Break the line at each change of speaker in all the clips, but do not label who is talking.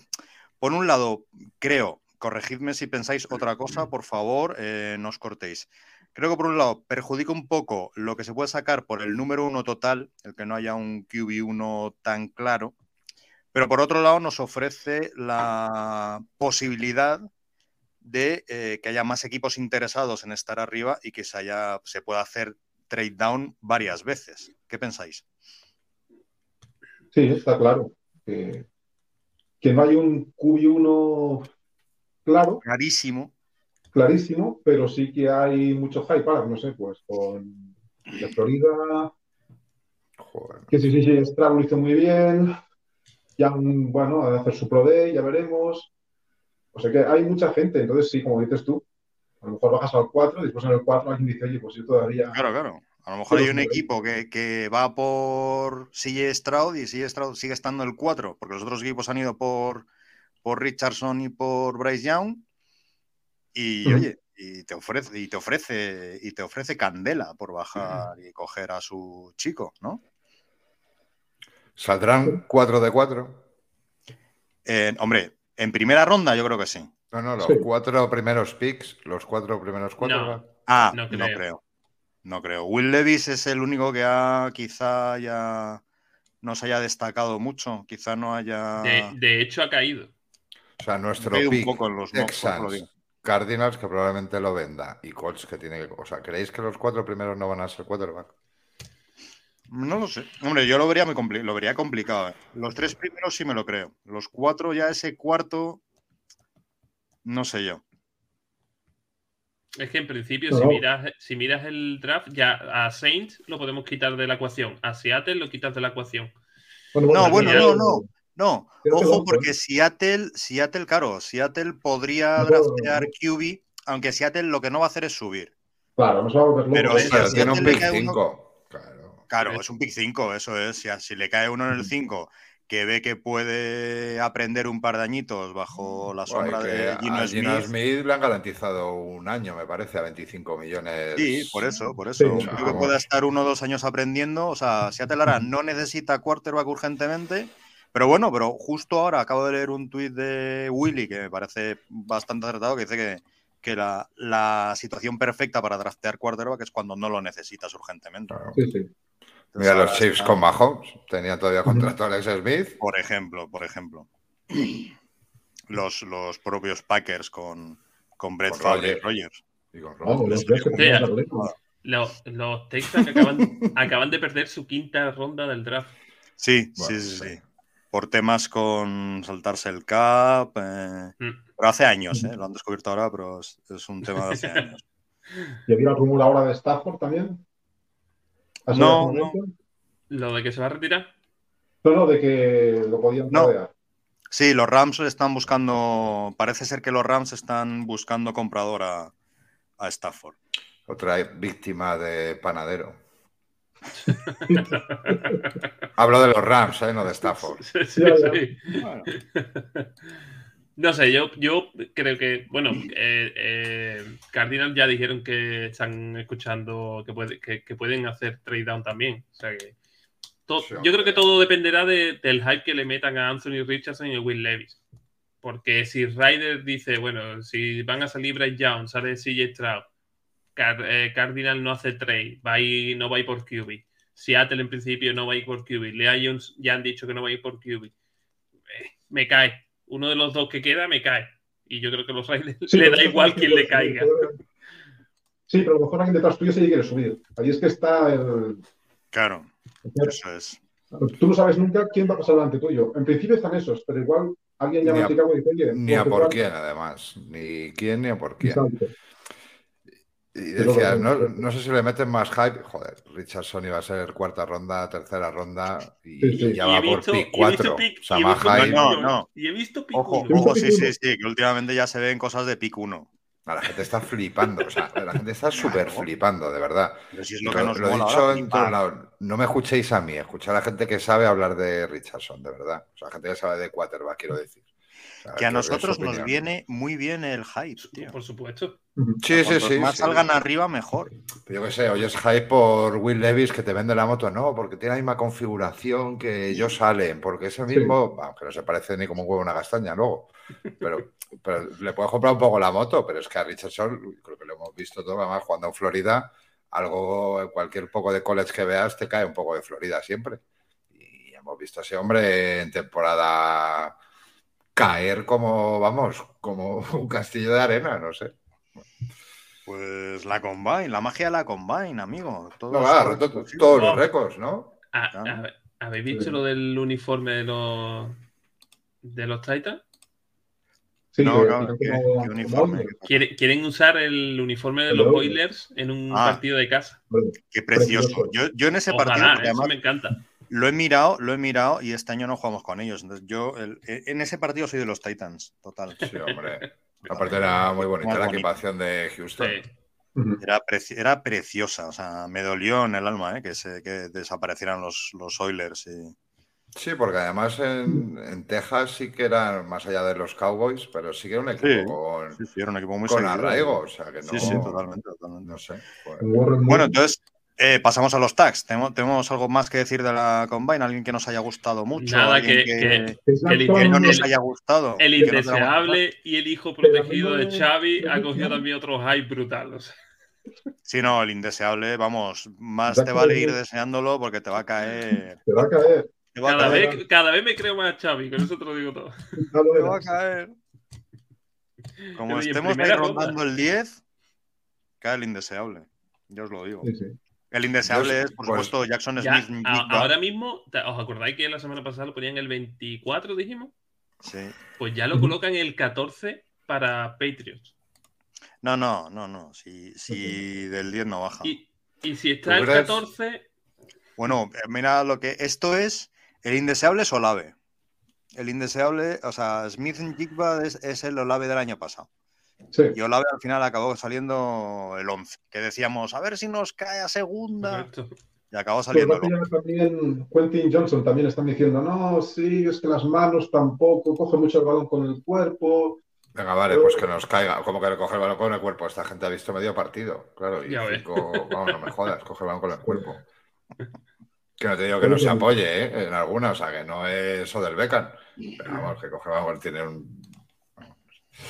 por un lado, creo, corregidme si pensáis otra cosa, por favor, eh, no os cortéis. Creo que por un lado perjudica un poco lo que se puede sacar por el número uno total, el que no haya un QB1 tan claro, pero por otro lado nos ofrece la posibilidad de eh, que haya más equipos interesados en estar arriba y que se, haya, se pueda hacer trade down varias veces. ¿Qué pensáis?
sí, está claro. Que, que no hay un QB1 claro,
Clarísimo.
clarísimo, pero sí que hay mucho hype ahora, no sé, pues con la Florida,
Joder.
que sí, sí, sí, Stroud lo hizo muy bien. Ya, mm, bueno, ha de hacer su Pro Day, ya veremos. O sea que hay mucha gente, entonces sí, como dices tú, a lo mejor bajas al 4, después en el 4 alguien dice, oye, pues yo todavía.
Claro, claro. A lo mejor
Sí,
hay un
hombre.
equipo que, que va por CJ Stroud y CJ Stroud sigue estando el 4, porque los otros equipos han ido por, por Richardson y por Bryce Young. Y
Ujú.
oye, y te ofrece, y te ofrece, y te ofrece candela por bajar y coger a su chico, ¿no?
¿Saldrán 4 de 4?
Eh, hombre, en primera ronda yo creo que sí.
No, no, los
Sí.
cuatro primeros picks, los cuatro primeros cuatro.
No.
¿verdad?
Ah,
No
no
creo.
creo. no creo. Will Levis es el único que ha quizá ya no se haya destacado mucho, quizá no haya
De, de hecho, ha caído.
O sea, nuestro
Veo un
pick,
poco en los mocos, por lo
Texans,
digo.
Cardinals, que probablemente lo venda, y Colts, que tiene que... O sea, ¿creéis que los cuatro primeros no van a ser quarterback?
No lo sé. Hombre, yo lo vería, muy compli- lo vería complicado. ¿eh? Los tres primeros sí me lo creo. Los cuatro, ya ese cuarto, no sé yo.
Es que en principio,
No,
si,
no.
miras, si miras el draft, ya a Saints lo podemos quitar de la ecuación. A Seattle lo quitas de la ecuación.
No,
bueno,
no, no. No,
Creo que
ojo
no,
porque Seattle, Seattle, claro, Seattle podría
No,
draftear QB, aunque Seattle lo que no va a hacer es subir.
Claro, nos va a volver
Pero
locos.
es-
Pero
si
tiene
a
un
este le
pick
cae uno-
5. Claro.
Claro,
Correcto.
es un pick 5, eso es. Si, a- si le cae uno en el 5, que ve que puede aprender un par de añitos bajo la
Bueno, y
sombra
que
de
a
Gino Smith.
le han garantizado un año, me parece, a 25 millones.
Sí, por eso, por
Sí,
eso.
o sea,
Creo que
vamos.
pueda estar uno o dos años aprendiendo. O sea, Seattle ahora no necesita quarterback urgentemente. Pero bueno, pero justo ahora acabo de leer un tuit de Willy que me parece bastante acertado, que dice que, que la, la situación perfecta para draftear quarterback es cuando no lo necesitas urgentemente.
Claro.
Sí, sí.
Mira,
Entonces,
los
ahora
Chiefs
está-
con Mahomes tenían todavía contrato a Alex Smith.
Por ejemplo, por ejemplo. Los, los propios Packers con, con Brett
Con
Favre y
Rodgers.
Rodgers.
Y con Rodgers.
Vamos, los Jets que
Vea.
tenemos lejos.
Lo- los Texans acaban, acaban de perder su quinta ronda del draft.
Sí, sí,
Bueno,
sí, sí. Por temas con saltarse el cap. eh,
Mm.
Pero hace años, ¿eh? Lo han descubierto ahora, pero es, es un tema de hace años.
Y había el rumor ahora de Stafford también. ¿Ha sido
No,
el momento?
Lo de que se va a retirar.
no, no, de que lo podían
No.
tradear.
Sí, los Rams están buscando. Parece ser que los Rams están buscando comprador a, a Stafford.
Otra víctima de panadero. Hablo de los Rams, ¿eh? no de Stafford.
Sí, sí,
Ya, ya.
sí.
Bueno.
No sé, yo, yo creo que, bueno, eh, eh, Cardinals ya dijeron que están escuchando que, puede- que, que pueden hacer trade down también. O sea que to-
Sí,
yo creo
hombre.
que todo dependerá de- del hype que le metan a Anthony Richardson y a Will Levis. Porque si Ryder dice, bueno, si van a salir Bryce Young, sale CJ Stroud, Car- eh, Cardinal no hace trade, va a ir- no va a ir por QB. Seattle en principio no va a ir por QB. Lions ya han dicho que no va a ir por QB. Eh, me cae. Uno de los dos que queda me cae. Y yo creo que a los Raiders
Sí,
le
pero
da
eso
igual
es
quién le
posible,
caiga.
puede- Sí, pero a lo mejor alguien detrás tuyo sí quiere subir. Ahí es que está el.
Claro, eso es.
Tú no sabes nunca quién va a pasar delante tuyo. En principio están esos, pero igual alguien llama
Ni a-
a Chicago y dice, oye,
Ni a por
Portugal,
quién, además. Ni quién ni a por quién.
exacto.
Y
Es lo que
decía, no,
tenemos que hacer.
no sé si le meten más hype. Joder, Richardson iba a ser cuarta ronda, tercera ronda y,
Sí, sí.
y ya va por pick
y he visto
4.
pick-
O sea,
y he
más
visto pick
hype.
No,
uno,
no.
Y he visto pick
Ojo,
uno.
ojo, sí, sí, sí, que últimamente ya se ven cosas de pick 1.
A la gente está flipando. O sea, la gente está súper flipando, de verdad.
Pero si es lo
Lo,
que nos
lo he
mola
dicho
ahora,
en
flipar.
todos lados. No me escuchéis a mí, escuchad a la gente que sabe hablar de Richardson, de verdad. O sea, gente que sabe de quarterback, quiero decir.
que a nosotros nos viene muy bien el hype, tío.
Por supuesto.
Sí, sí,
Cuantos
sí.
más
sí.
salgan arriba, mejor.
Yo qué sé, oyes hype por Will Levis que te vende la moto, no, porque tiene la misma configuración que yo salen, porque ese mismo, aunque no se parece ni como un huevo a una castaña luego, pero, pero le puedes comprar un poco la moto, pero es que a Richardson, creo que lo hemos visto todo, además jugando en Florida, algo, cualquier poco de college que veas te cae un poco de Florida siempre. Y hemos visto a ese hombre en temporada caer como, vamos, como un castillo de arena, no sé.
Pues la Combine, la magia de la Combine, amigo. Todo
No,
es-
va, roto todos los
Oh.
récords, ¿no?
Ah,
Claro.
a ver, ¿Habéis visto lo del uniforme de los de los Titans?
Sí,
No,
que-
cabrón,
que-
qué-
como-
qué
como
uniforme.
hombre.
Quiere- quieren usar el uniforme de los
Hello.
Oilers en un
Ah.
partido de casa.
Qué precioso.
Precioso.
Yo, yo en ese partido,
Ojalá,
porque
eso
además
me encanta.
lo he mirado, lo he mirado y este año no jugamos con ellos. Entonces yo el- e, en ese partido soy de los Titans, total.
Sí, hombre. Aparte era muy bonita
Muy
la
bonito.
equipación de Houston.
Sí.
Ujú.
Era, preci- era preciosa, o sea, me dolió en el alma eh, que, se, que desaparecieran los, los Oilers. Y...
Sí, porque además en, en Texas sí que eran más allá de los Cowboys, pero sí que era un equipo
Sí.
con,
Sí, sí, era un equipo muy
con
seguido.
arraigo. O sea que no,
Sí, sí, totalmente, totalmente.
no sé. pues,
Bueno,
Warren Moon,
entonces eh, pasamos a los tags. ¿Tenemos, tenemos algo más que decir de la Combine? ¿Alguien que nos haya gustado mucho?
Nada,
¿Alguien
que- que-
que Samson-
el
que no nos
el-
haya gustado?
El
Que no tengamos-
indeseable y el hijo protegido de Xavi ha cogido también otro hype brutal. o sea.
Sí, no, el indeseable, vamos, más
Ya
te
que-
vale ir deseándolo porque te va a caer.
Te va a caer.
Te va a
Cada
caer.
vez, cada vez me creo más a Xavi, con eso te lo digo todo.
No lo
Te va a
verás.
caer. Como
Oye, en
estemos ahí
primera ronda.
rondando el 10, cae el indeseable. Yo os lo digo.
Sí, sí.
El indeseable
Yo-
es, por
pues-
supuesto, Jackson
Ya,
Smith. Big
a-
Bang.
ahora mismo, ta- ¿os acordáis que la semana pasada lo ponían el 24, dijimos?
Sí.
Pues ya lo colocan el 14 para Patriots.
No, no, no, no. Si, si del 10 no baja.
Y, y si está
¿Tú
el
Pues,
crees?
14,
Bueno, eh, mira lo que. Esto es. El indeseable es Olave. El indeseable, o sea, Smith Jigba es, es el Olave del año pasado.
Sí.
Y Olave al final acabó saliendo el 11. Que decíamos, a ver si nos cae a segunda.
correcto.
Y acabó
Pues
saliendo el 11.
rápidamente también Quentin Johnson también están diciendo, no, sí, es que las manos tampoco, coge mucho el balón con el cuerpo.
Venga, vale, pues que nos caiga. Como que coge el balón con el cuerpo. Esta gente ha visto medio partido, claro. Y
Ya ves.
cinco, vamos, no me jodas, coge el balón con el cuerpo. Que no te digo que no se apoye, ¿eh? En alguna, o sea que no es eso del Beckham. Pero vamos, que coge el balón, tiene un...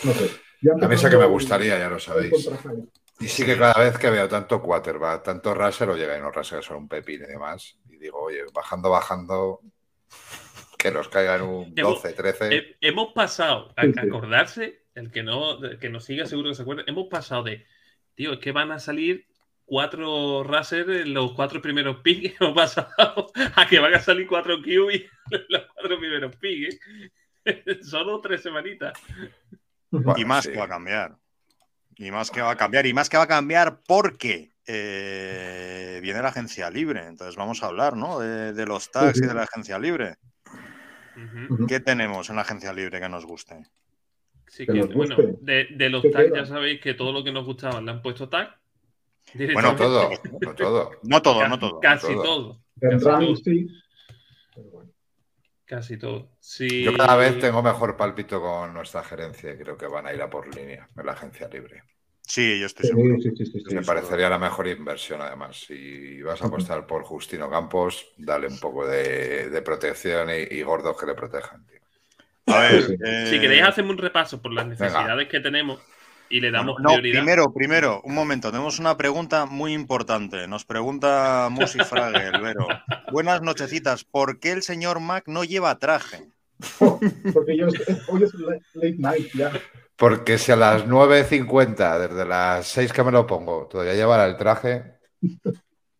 No sé. Ya
La mesa que me
empezando
gustaría, ya lo
el
sabéis.
contraataque.
Y sí que cada vez que veo tanto quarterback, tanto rusher, o llega y no rusher, son un pepín y demás. Y digo, oye, bajando, bajando, que nos caigan un
Hemos-
12, 13.
He- Eh, hemos pasado, a,
Sí, sí.
acordarse, el que no, el que nos siga seguro que se acuerda, hemos pasado de, tío, es que van a salir cuatro Razer en los cuatro primeros picks, hemos pasado a que van a salir cuatro QB en los cuatro primeros picks. ¿eh? Solo tres semanitas.
Y
Bueno,
más
sí.
que va a cambiar. Y más que va a cambiar. Y más que va a cambiar porque eh, viene la agencia libre. Entonces vamos a hablar, ¿no? De, de los tags y de la agencia libre.
Ujú.
¿Qué tenemos en la agencia libre que nos guste?
Así
Que
que,
nos
bueno,
guste.
de, de los
Que
tags
queda.
ya sabéis que todo lo que nos gustaba le han puesto tag.
No
Directamente.
todo, no todo.
No todo,
Ca-
no todo.
Casi
todo.
todo.
En
Casi
Rams,
todo.
sí. Pero bueno.
Casi todo. Sí.
Yo cada vez tengo mejor pálpito con nuestra gerencia y creo que van a ir a por línea en la agencia libre.
Sí, yo estoy
Sí,
seguro.
sí, sí, sí, sí.
Me parecería la mejor inversión, además. Si vas a apostar por Justino Campos, dale un poco de, de protección y, y gordos que le protejan. tío.
A
Sí,
ver.
sí.
eh,
Si queréis, hacemos un repaso por las necesidades que tenemos y le damos
no,
prioridad.
primero, primero, un momento, tenemos una pregunta muy importante. Nos pregunta Musi Frage, el Vero. Buenas nochecitas, ¿por qué el señor Mac no lleva traje?
Porque yo hoy es la- late night ya.
Porque si a las 9.50, desde las 6 que me lo pongo, todavía llevara el traje,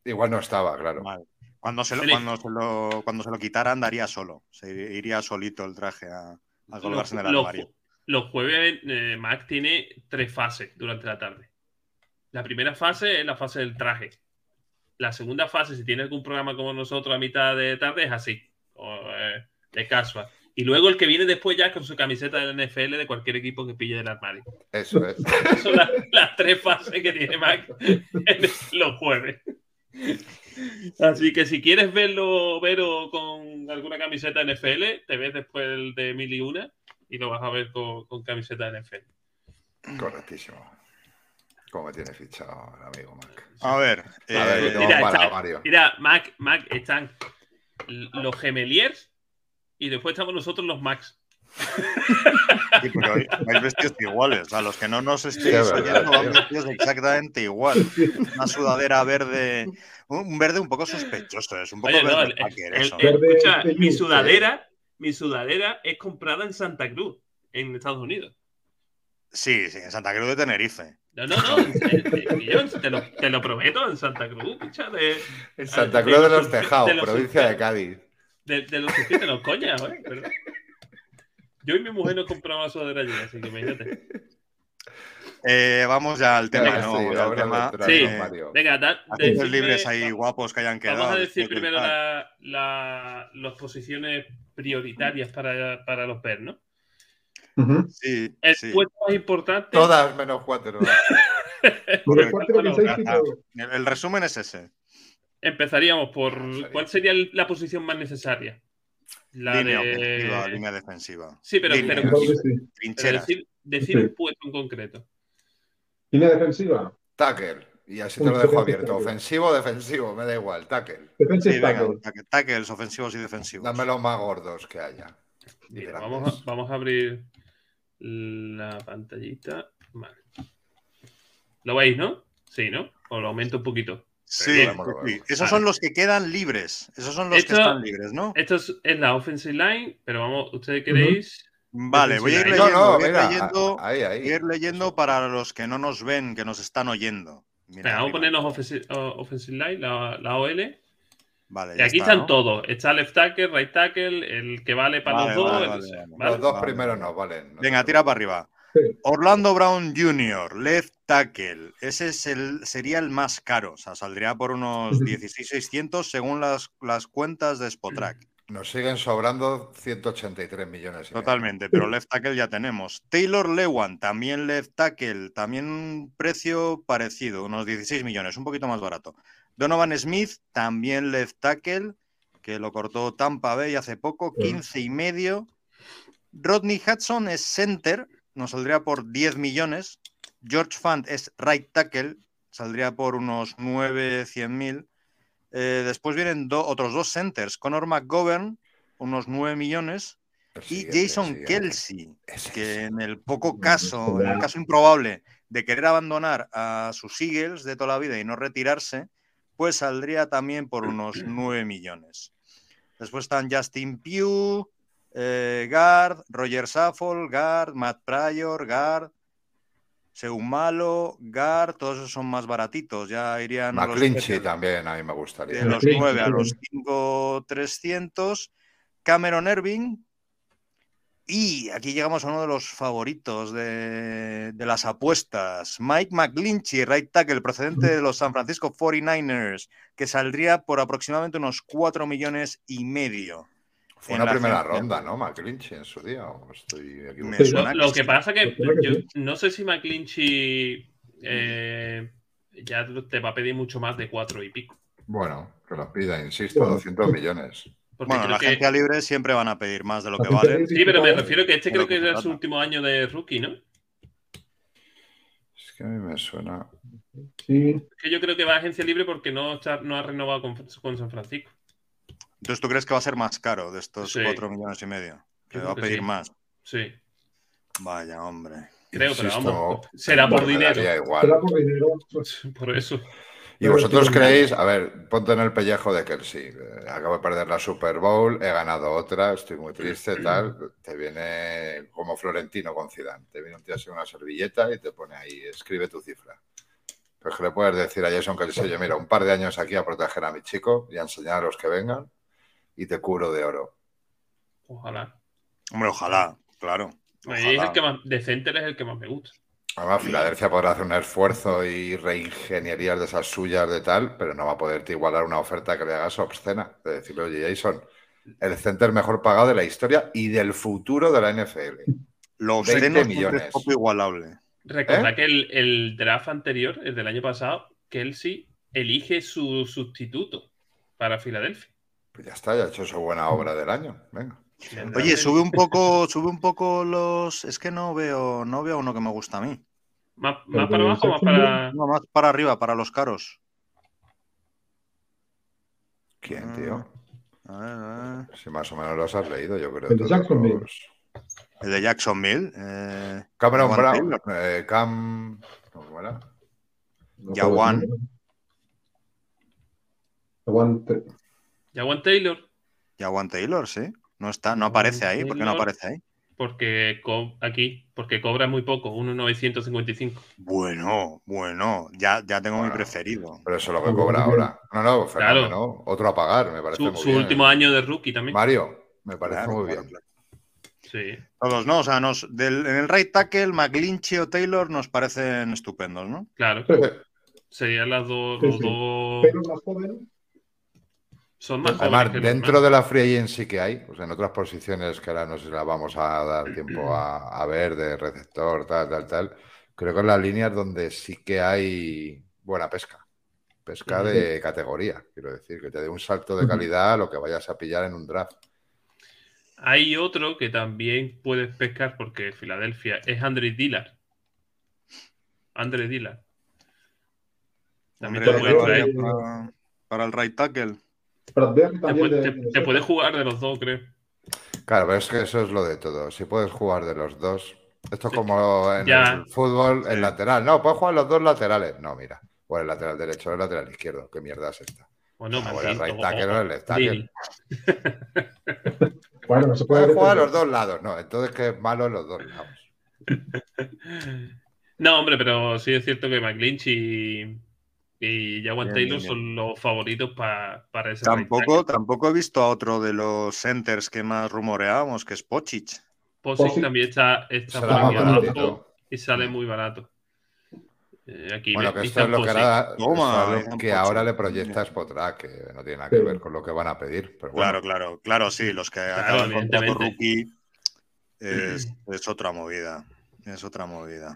igual no estaba, claro.
Vale. Cuando se, lo,
Pero-
cuando, se lo, cuando se lo quitaran, andaría solo. Se iría solito el traje a, a colgarse en el
Los-
armario.
Los, jueves eh, Mac tiene tres fases durante la tarde. La primera fase es la fase del traje. La segunda fase, si tiene algún programa como nosotros a mitad de tarde, es así, o, eh, de casual. Y luego el que viene después ya es con su camiseta del NFL de cualquier equipo que pille del armario.
Eso es.
Esas son las, las tres fases que tiene Mac en los jueves. Así que si quieres verlo, Vero, con alguna camiseta NFL, te ves después del de mil y una y lo vas a ver con, con camiseta de NFL.
Correctísimo. ¿Cómo tiene fichado el amigo Mac?
A ver,
A ver,
eh,
que te
mira,
vamos para
está-
Mario.
Mira, Mac, Mac, están los gemeliers y después estamos nosotros los Max.
sí, porque hoy vais vestidos iguales. A los que no nos
Sí, es
estéis
verdad,
oyendo, van
tío.
vestidos exactamente igual. Una sudadera verde, un un verde un poco sospechoso, es un poco
Oye, no,
verde
el-
Packer,
el-
eso.
el-
Verde,
escucha,
este
mi
jeans,
sudadera, mi sudadera es comprada en Santa Cruz, en Estados Unidos.
Sí, sí, en Santa Cruz de Tenerife.
No, no, no. en- en- yo te lo, te lo prometo, en Santa Cruz, escucha, de,
En Santa
Ah,
Cruz
de
de
los
los
surfi-
Tejados,
de los
provincia de
surfi-
Cádiz.
de, de los que los coñas, ¿eh? Perdón. Yo y mi mujer nos compramos la sudadera ayer, así que imagínate.
Eh, vamos ya al tema,
Venga,
¿no?
Ah, sí,
Vamos ya al
ahora
tema.
entramos,
Sí.
Mario.
Venga, da,
Agentes
decidme-
libres ahí guapos que hayan quedado.
Vamos a
etcétera
decir
y
primero
tal.
la- la- las posiciones prioritarias para, para los PER, ¿no?
Ujú.
Sí,
El
sí.
puesto más importante.
Todas menos cuatro.
Por el cuarto que
Bueno,
pensáis,
ajá.
tipo,
El, el resumen es ese.
Empezaríamos por.
Sería.
¿Cuál sería el- la posición más necesaria? La
línea
de-
ofensiva, línea defensiva.
Sí, pero,
línea.
yo
pero-
creo que sí.
pero
Trincheras.
decir, decir
Sí.
un puesto en concreto.
Línea defensiva.
Tackle. Y así te lo dejo abierto. Ofensivo, defensivo, me da igual. Tackle.
Defensa
Sí,
está
venga, tac- tackles ofensivos y defensivos.
Dame los más gordos que haya. Y
Mira,
grandes.
vamos, a, vamos a abrir la pantallita. Vale. ¿Lo veis, no? Sí, ¿no? O lo aumento un poquito.
Sí,
Pero vamos,
sí,
vamos.
sí. Esos son los que quedan libres. Esos son los
Esto-
que están libres, ¿no?
Esto es, es la offensive line, pero vamos, ¿ustedes queréis?
Vale, voy a ir
No,
leyendo,
no,
voy a ir
mira,
leyendo,
a- ahí, ahí.
voy a ir leyendo para los que no nos ven, que nos están oyendo. Mira,
Venga, vamos a
arriba.
ponernos offensive, o- offensive line, la, la OL.
Vale,
Y
ya
aquí
está,
están
¿no?
todos. Está left tackle, right tackle, el que vale para
Vale,
los dos.
vale,
el-
vale, vale.
¿vale?
Los dos
Vale.
primeros no valen. No
Venga,
te
tira para arriba.
Sí.
Orlando Brown Jr., left tackle. Ese es el, sería el más caro. O sea, saldría por unos
Ujú.
16,600 según las, las cuentas de Spotrack.
preocupes. Nos siguen sobrando 183 millones. y medio.
Totalmente, pero left tackle ya tenemos. Taylor Lewan, también left tackle, también un precio parecido, unos 16 millones, un poquito más barato. Donovan Smith, también left tackle, que lo cortó Tampa Bay hace poco,
Sí.
15 y medio. Rodney Hudson es center, nos saldría por 10 millones. George Fant es right tackle, saldría por unos 9, 100 mil. Eh, después vienen do- otros dos centers, Connor McGovern, unos 9 millones
El
y
siguiente, el
Jason
siguiente.
Kelsey,
Ese, ese.
que en el poco caso, en el caso improbable de querer abandonar a sus Eagles de toda la vida y no retirarse, pues saldría también por unos 9 millones. Después están Justin Pugh, eh, Guard, Roger Saffold, Guard, Matt Pryor, Guard, Seumalo, Guard, todos esos son más baratitos, ya irían a los
McClinchy
Patriots
también a mí me
de
gustaría.
Eh, los
Sí,
9 a
sí.
los 5,300. Cameron Irving. Y aquí llegamos a uno de los favoritos de, de las apuestas. Mike McGlinchy, right tackle procedente de los San Francisco 49ers, que saldría por aproximadamente unos 4 millones y medio.
Fue
en
una
la
primera
agencia.
ronda, ¿no? McClinchy en su día. ¿o Estoy
Me
equivocado.
Lo,
suena
lo
que
que pasa que,
Pues creo que
yo
sí.
no sé si McClinchy eh, ya te va a pedir mucho más de cuatro y pico.
Bueno, que los pida, insisto,
Bueno.
200 millones.
Porque
Bueno, en la
creo que,
agencia libre siempre van a pedir más de lo que
Agencia
vale.
libre.
sí, pero me refiero que este
Bueno,
creo que
pues
era su
nada.
último año de rookie, ¿no?
Es que a mí me suena.
Sí.
Es que yo creo que va a agencia libre porque no, está, no ha renovado con, con San Francisco.
Entonces, ¿tú crees que va a ser más caro de estos
Sí.
4 millones y medio? Que
Yo
va a
creo que
pedir
sí.
más.
Sí,
Vaya, hombre.
creo, pero
Insisto,
vamos. Será por
me
dinero.
daría igual.
Será por dinero. pues,
Por eso.
Y vosotros creéis, a ver, ponte en el pellejo de Kelsey. Eh, Acabo de perder la Super Bowl, he ganado otra, estoy muy triste, tal. Te viene como Florentino con Zidane. Te viene un tío así con una servilleta y te pone ahí, escribe tu cifra. Pues que le puedes decir a Jason Kelsey, oye, mira, un par de años aquí a proteger a mi chico y a enseñar a los que vengan y te cubro de oro.
Ojalá.
Hombre, ojalá, claro.
Ahí Es
Ojalá.
el que más, de Center es el que más me gusta.
Además, Filadelfia podrá hacer un esfuerzo y reingenierías de esas suyas de tal, pero no va a poderte igualar una oferta que le hagas obscena. De decirle, oye, Jason, el center mejor pagado de la historia y del futuro de la NFL.
Los
20
tenos
millones.
millones. poco igualable.
Recordad
¿Eh?
que el, el draft anterior, el del año pasado, Kelsey elige su sustituto para Filadelfia.
Pues ya está, ya ha hecho su buena obra del año. Venga.
Oye, sube un poco, sube un poco los. Es que no veo, no veo uno que me gusta a mí.
¿Más, más para abajo o más para.?
No, más para arriba, para los caros. Mm.
¿Quién, tío?
A ver, a ver.
Si más o menos los has leído, yo creo.
El de
todos
Jacksonville.
los-
El de Jacksonville. eh,
Cameron
Juan
Brown.
Taylor.
eh, Cam. ¿Cómo era?
No
Yaguan.
puedo decirlo. Yaguan, te-
Jawan Taylor,
Jawan Taylor, sí. No está, no aparece ahí. ¿Por qué no
Taylor.
aparece ahí?
porque co- aquí, porque cobra muy poco, 1.955.
Bueno, bueno, ya, ya tengo mi
Bueno.
preferido.
Pero eso es lo que cobra ahora. No, no, Fernando, no. Otro a pagar, me parece
Su,
muy
su
bien.
último año de rookie también.
Mario, me parece
Claro,
Pues muy
claro,
bien.
claro.
Sí.
Todos, ¿no? O sea, nos, del- en el right tackle, McGlinchey o Taylor nos parecen estupendos, ¿no?
Claro, serían las dos.
Sí,
los
sí.
dos-
Pero más joven,
son más
Además,
jóvenes que los
dentro de la free agency que hay, pues en otras posiciones que ahora no sé si la vamos a dar tiempo a, a ver de receptor, tal, tal, tal, creo que en las líneas donde sí que hay buena pesca. Pesca de categoría, quiero decir, que te dé un salto de calidad a lo que vayas a pillar en un draft.
demás. Hay otro que también puedes pescar porque Filadelfia es Andre Dillard. Andre Dillard. También te
Hombre,
puedes
yo
traer.
haría para, para el right tackle.
Bradbury
Te,
también
pu-
de-
te-
de
te
Minnesota.
puedes jugar de los dos, creo.
Claro, pero es que eso es lo de todo. Si puedes jugar de los dos, esto es
Sí.
como en
Ya.
el fútbol,
Sí.
el lateral. No, puedes jugar los dos laterales. No, mira, o el lateral derecho o el lateral izquierdo. ¿Qué mierda es esta?
Bueno,
Ah, bueno, el
maldito,
right
o-
tackle o el left tackle.
Dillard.
Bueno, no se puede
Puedes jugar a
defender.
los dos lados, no. Entonces que es malo en los dos lados.
No, hombre, pero sí es cierto que McLinch y, y Jawan
Bien, bien, bien.
Taylor son los favoritos pa- para ese
Tampoco, tampoco he visto a otro de los centers que más rumoreábamos, que es Pochich.
Posic
Posic.
Pues también está, está por
Será más
aquí abajo
baratito.
y sale muy barato. Eh, aquí
Bueno,
ve-
que esto
Ethan
es lo que,
Posic.
ahora,
Toma,
esto es lo
Ethan
que
Poche.
ahora le proyecta Spotrack, que no tiene nada que
Sí.
ver con lo que van a pedir. Pero bueno,
Claro, claro, claro, sí, los que acaban contrato rookie es, es otra movida. Es otra movida.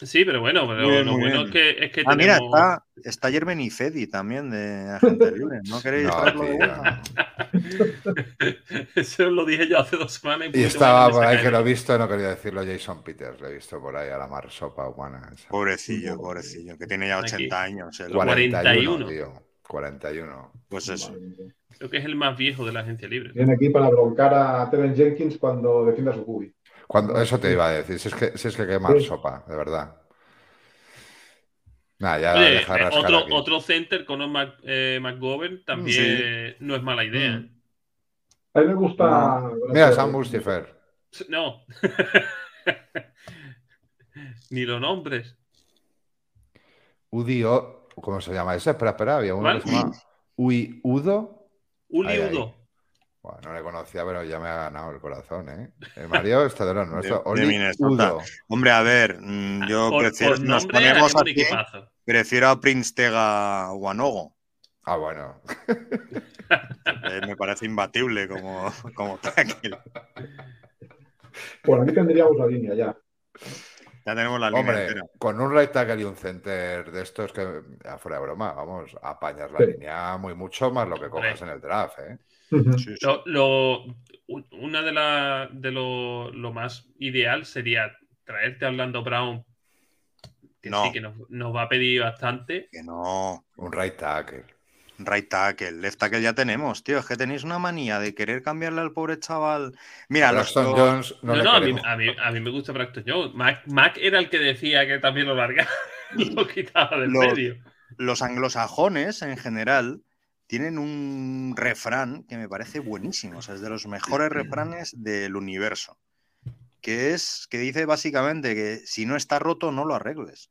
Sí, pero bueno, pero
Muy bien,
lo
muy
bueno
bien.
es que, es que
Ah, mira,
tenemos...
está, está Jeremy Fedi también de Agente Libre. ¿No queréis
no,
traerlo de
tío.
vuelta?
Eso lo dije yo hace dos semanas.
Y
poquito
estaba
más
por ahí
me
que lo he
sacaron.
visto, no quería decirlo Jason Peters, lo he visto por ahí a la mar sopa humana. esa.
Pues, Pobrecillo, pobrecillo, que tiene ya
Aquí.
80 años. el
41.
tío. 41.
Pues eso.
Creo que es el más viejo de la agencia libre.
Viene aquí para broncar a Teven Jenkins cuando defienda su cubi.
Cuando, eso te iba a decir, si es que, si es que quema
Sí.
sopa, de verdad. Nada, ya
Oye,
deja
eh,
rascar
otro,
aquí.
otro center con Mac, eh, McGovern también
Sí.
eh, no es mala idea.
Mm.
A mí me gusta.
Mira, Sam Mustifer.
No. Ni los nombres.
Udi O- ¿Cómo se llama ese? Espera, espera, había uno
¿Cuál?
que se llama Ui Udo. Ay, ay.
Uliudo.
Bueno, no le conocía, pero ya me ha ganado el corazón, ¿eh? Eh, Mario está de los nuestros.
de
Oli
Minnesota.
Udo.
Hombre, a ver, mm, yo
Ah, Por-
prefiero,
por
nos
nombre,
ponemos
haremos un
aquí,
equipazo.
prefiero a Prince Tega Guanogo.
Ah, bueno.
Eh, me parece imbatible como, como tackle.
Por aquí tendríamos la línea ya.
Ya tenemos la línea
Hombre,
entera.
con un right tackle y un center de estos que, ya fuera de broma, vamos, apañas la
Sí.
línea muy mucho más lo que cojas en el draft, ¿eh?
Sí, sí.
Lo- lo- u- una de las de lo, lo más ideal sería traerte a Orlando Brown, que
No.
sí, que nos, nos va a pedir bastante.
Que no.
Un right tackle.
Right tackle, left tackle ya tenemos, tío. Es que tenéis una manía de querer cambiarle al pobre chaval. Mira, los,
Braxton
los-
Jones no,
No, no,
le
a, mí,
queremos.
a mí- a mí me gusta Braxton Jones. Mac, Mac era el que decía que también lo largaba, lo quitaba del
Lo-
medio.
los anglosajones en general tienen un refrán que me parece buenísimo. O sea, es de los mejores refranes del universo. Que es que dice básicamente que si no está roto, no lo arregles.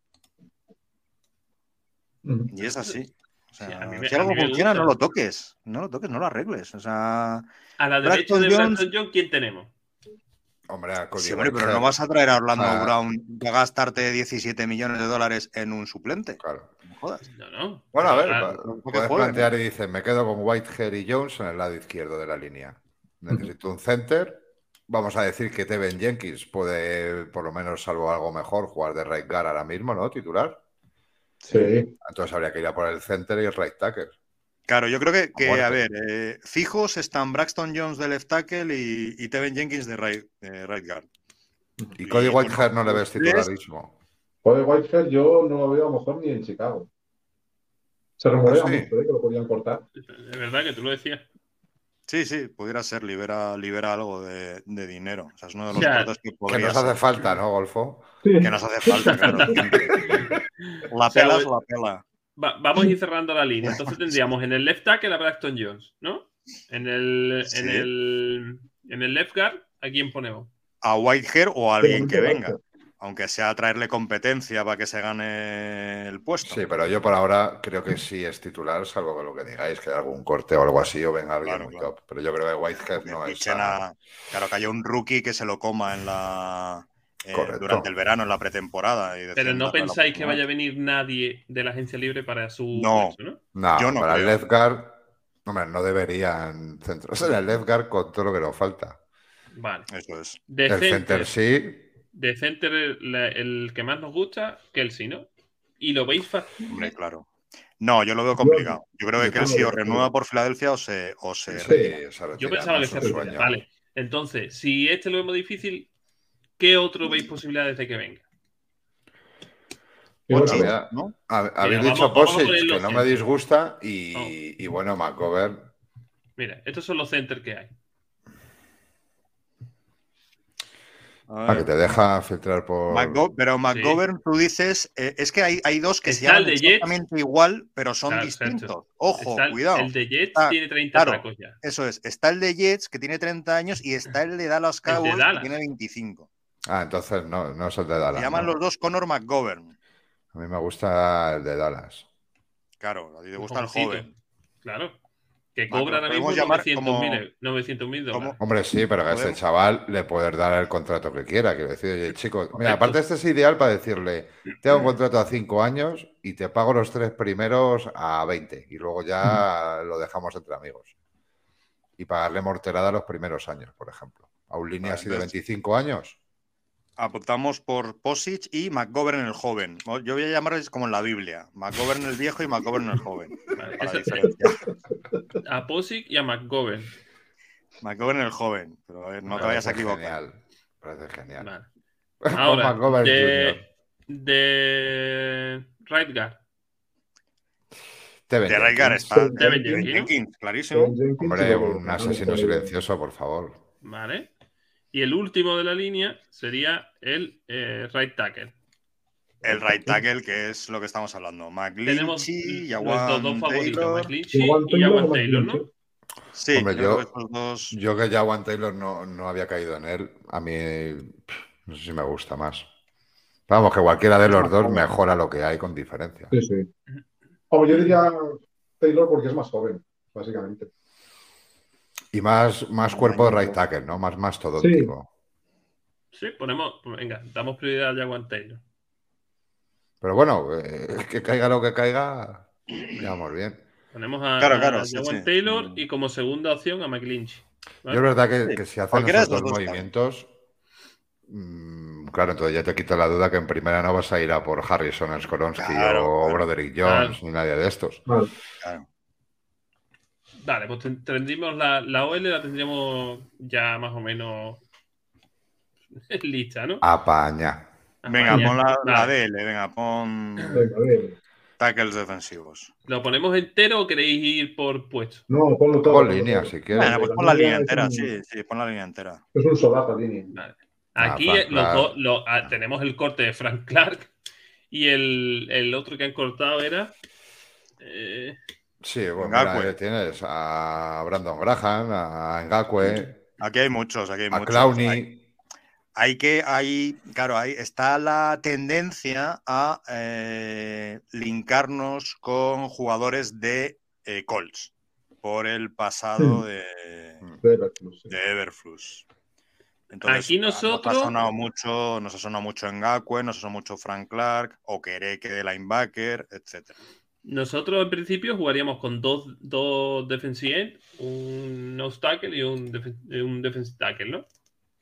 Ujú.
Y es así. O sea,
Sí, a mí me-
si
a
algo
mí me
funciona,
gusta.
no lo toques. No lo toques, no lo arregles. O sea,
A la derecha
Braxton
de
Jones-
Braxton Jones, ¿quién tenemos?
Hombre, a Cody
sí, hombre, pero
Walker,
no vas a traer a Orlando
Ah.
Brown a gastarte 17 millones de dólares en un suplente.
Claro.
No jodas.
No, no.
Bueno, a ver,
Ah,
tampoco
puedes
juegan.
plantear y dices, me quedo con Whitehead y Jones en el lado izquierdo de la línea. Necesito un center. Vamos a decir que Teven Jenkins puede, por lo menos, salvo algo mejor, jugar de right guard ahora mismo, ¿no? Titular.
Sí.
Entonces habría que ir a por el center y el right tackle.
Claro, yo creo que, que a ver, eh, fijos están Braxton Jones de left tackle y, y Teven Jenkins de right, eh, right guard.
Y Cody Whitehead no le ves titularísimo.
Cody Whitehead yo no lo veo a lo mejor ni en Chicago. Se rumorea
Ah, sí.
mucho, ¿eh? que lo podían cortar.
Es verdad que tú lo decías.
Sí, sí, pudiera ser, libera, libera algo de, de dinero. O sea, es uno de los
Ya,
cortes que
Que
podría
nos
ser.
hace falta, ¿no, Golfo?
que nos hace falta, claro. La
sea,
pela es
voy-
la pela.
Va- vamos a ir cerrando la línea. Entonces tendríamos en el left tackle a Braxton Jones, ¿no? En el,
Sí.
en el, en el left guard, ¿a quién ponemos?
A Whitehair o a alguien que
Pero no
venga. Aunque sea traerle competencia para que se gane el puesto.
Sí, pero yo por ahora creo que sí es titular, salvo que lo que digáis, que hay algún corte o algo así, o venga alguien
Claro,
muy
claro.
top. Pero yo creo que Whitehead
Que
no es.
fichen a- claro, que haya un rookie que se lo coma en la eh,
Correcto.
durante el verano, en la pretemporada. y
Pero
decían,
no
"Dale la
pensáis que
oportunidad".
vaya a venir nadie de la agencia libre para su
No.
puesto, ¿no?
No,
yo no
para el
creo.
left guard, hombre, no deberían centrarse en el left guard con todo lo que nos falta.
Vale.
Eso es.
De
el
center,
center sí,
de center, la- el que más nos gusta, Kelsey, ¿no? Y lo veis fácil.
Hombre, claro. No, yo lo veo complicado. Yo creo que
Yo
Kelsey o
también.
renueva por Filadelfia o se, o se
Sí.
retira.
se retira,
Yo pensaba
no
que
es
se
un
retiraba.
sueño.
Vale. Entonces, si este lo vemos difícil, ¿qué otro veis posibilidades de que venga?
Pero
Bueno,
bueno, pues,
ya.
¿no?
Ha- Habéis
vamos-
dicho
vamos con
Posich,
el
que
left
no me
center.
disgusta, y,
No.
y bueno, Macover,
Mira, estos son los centers que hay.
A
a que
ver.
te deja filtrar por.
McGo- pero McGovern, tú dices, eh, es que hay, hay dos que se
Está el
llaman
de Jets.
exactamente igual, pero son
Claro, exacto.
distintos. Ojo,
Está el-
cuidado.
El de Jets
Ah,
tiene 30
claro.
tacos ya.
Eso es, está el de Jets, que tiene 30 años, y está el de Dallas
El de
Cowboys, que
Dallas.
tiene 25.
Ah, entonces no, no es el de
Se
Dallas.
llaman
¿no?
los dos Connor McGovern.
A mí me gusta el de Dallas.
Claro, a ti te
Un
gusta el
jovencito.
joven.
Claro. Que
Bueno,
cobra ahora
podemos
mismo
llamar
900.000
como-
euros- 900.000 dólares.
Hombre, sí, pero a este
Podemos-
chaval le puedes dar el contrato que quiera. Quiero decir, oye, chico, mira, aparte este es ideal para decirle, te hago un contrato a cinco años y te pago los tres primeros a 20 y luego ya lo dejamos entre amigos. Y pagarle morterada los primeros años, por ejemplo. A un línea
Vale,
así de
entonces-
25 años.
Apuntamos por Posich y McGovern el joven. O- Yo voy a llamarles como en la Biblia: McGovern el viejo y McGovern el joven.
Vale,
Para
eso-
diferenciar.
A Posick y a McGovern.
McGovern el joven. Pero a ver, no te
Parece
vayas a equivocar.
Genial. Parece genial.
Vale.
Con
Ahora,
McGovern Jr.
de, de Right Guard.
Teven
De Raigar
Jenkins.
está.
Devin
Devin
Jenkins.
Jenkins, clarísimo.
Steven Jenkins y
Hombre,
luego-
un asesino silencioso, por favor.
Vale. Y el último de la línea sería el eh, Right Tackle.
El right tackle, que es lo que estamos hablando.
Tenemos
McLinchy,
nuestros dos
Yaguan
favoritos,
Taylor.
McLinchy
Igual
y
Taylor
Jawan
o
Taylor, ¿no?
McLinchey.
Sí,
Hombre,
yo creo
yo-
que estos dos.
Yo que ya Juan Taylor no, no había caído en él, a mí pff, no sé si me gusta más. Vamos, que cualquiera de los dos mejora lo que hay con diferencia.
Sí, sí. Hombre, yo diría Taylor porque es más joven, básicamente.
Y más, más cuerpo de right tackle, ¿no? Más mastodóntico.
Sí, ponemos. pues Venga, damos prioridad a Jawan Taylor.
Pero bueno, eh, que caiga lo que caiga, ya vamos bien.
Ponemos a,
Claro, claro,
a
sí,
Jawan
sí.
Taylor
Mm.
y como segunda opción a McLinch.
Yo es verdad que, que si hacen
cualquiera de
esos dos
los dos está
movimientos, mm, claro, entonces ya te quito la duda que en primera no vas a ir a por Harrison Skoronsky
Claro,
o
claro.
Broderick Jones ni nadie de estos.
Vale.
Claro.
Vale, pues ten- tendríamos la, la OL, la tendríamos ya más o menos lista, ¿no?
Apaña.
Venga,
Vale,
pon la,
Ah, vale.
la DL, venga, pon
Venga, a ver.
tackles defensivos.
¿Lo ponemos entero o queréis ir por puesto?
No, ponlo todo.
Con línea, si quieres.
Venga, pues
la
pon la
línea
línea
es
entera,
un-
sí, sí, pon la línea entera.
Es un soldado línea.
Ah,
Aquí
Frank
eh, los
Clark.
dos- lo- ah, tenemos el corte de Frank Clark y el, el otro que han cortado era. eh,
Sí, bueno,
Ngakwe.
mira, eh, tienes a Brandon Graham, a Ngakwe,
Aquí hay muchos, aquí hay
a
muchos. Hay,
Clowney.
hay que, hay, claro, ahí está la tendencia a eh, linkarnos con jugadores de eh, Colts por el pasado de,
De Veracruz, sí.
de Everflux. Entonces,
Aquí
ah,
nosotros-
Nos ha sonado mucho, nos ha sonado mucho Ngakwe, nos ha sonado mucho Frank Clark, Okereke de linebacker, etcétera.
nosotros en principio jugaríamos con dos, dos defensive end, un nose tackle y un, defen- eh, un defensive tackle, ¿no?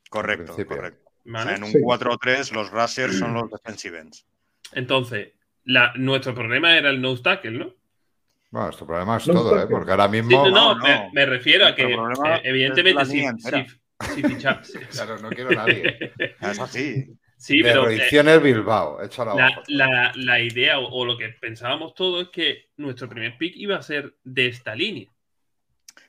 Correcto,
principio.
correcto. O
¿Vale?
sea, en un
Sí.
4-3 los rushers son los defensive ends.
Entonces, la- nuestro problema era el nose tackle, ¿no?
Bueno, nuestro problema es
No,
todo, ¿eh?
porque-
Porque ahora
Sí,
mismo.
no, no,
no.
Me, me refiero a que,
Nuestro problema
eh, evidentemente,
es la
si,
línea entera.
si- si ficha- sí,
Claro, no quiero a nadie.
Es así.
sí, pero eh,
Proyecciones Bilbao, échala
la,
abajo.
la- la idea o, o lo que pensábamos todos es que nuestro primer pick iba a ser de esta línea.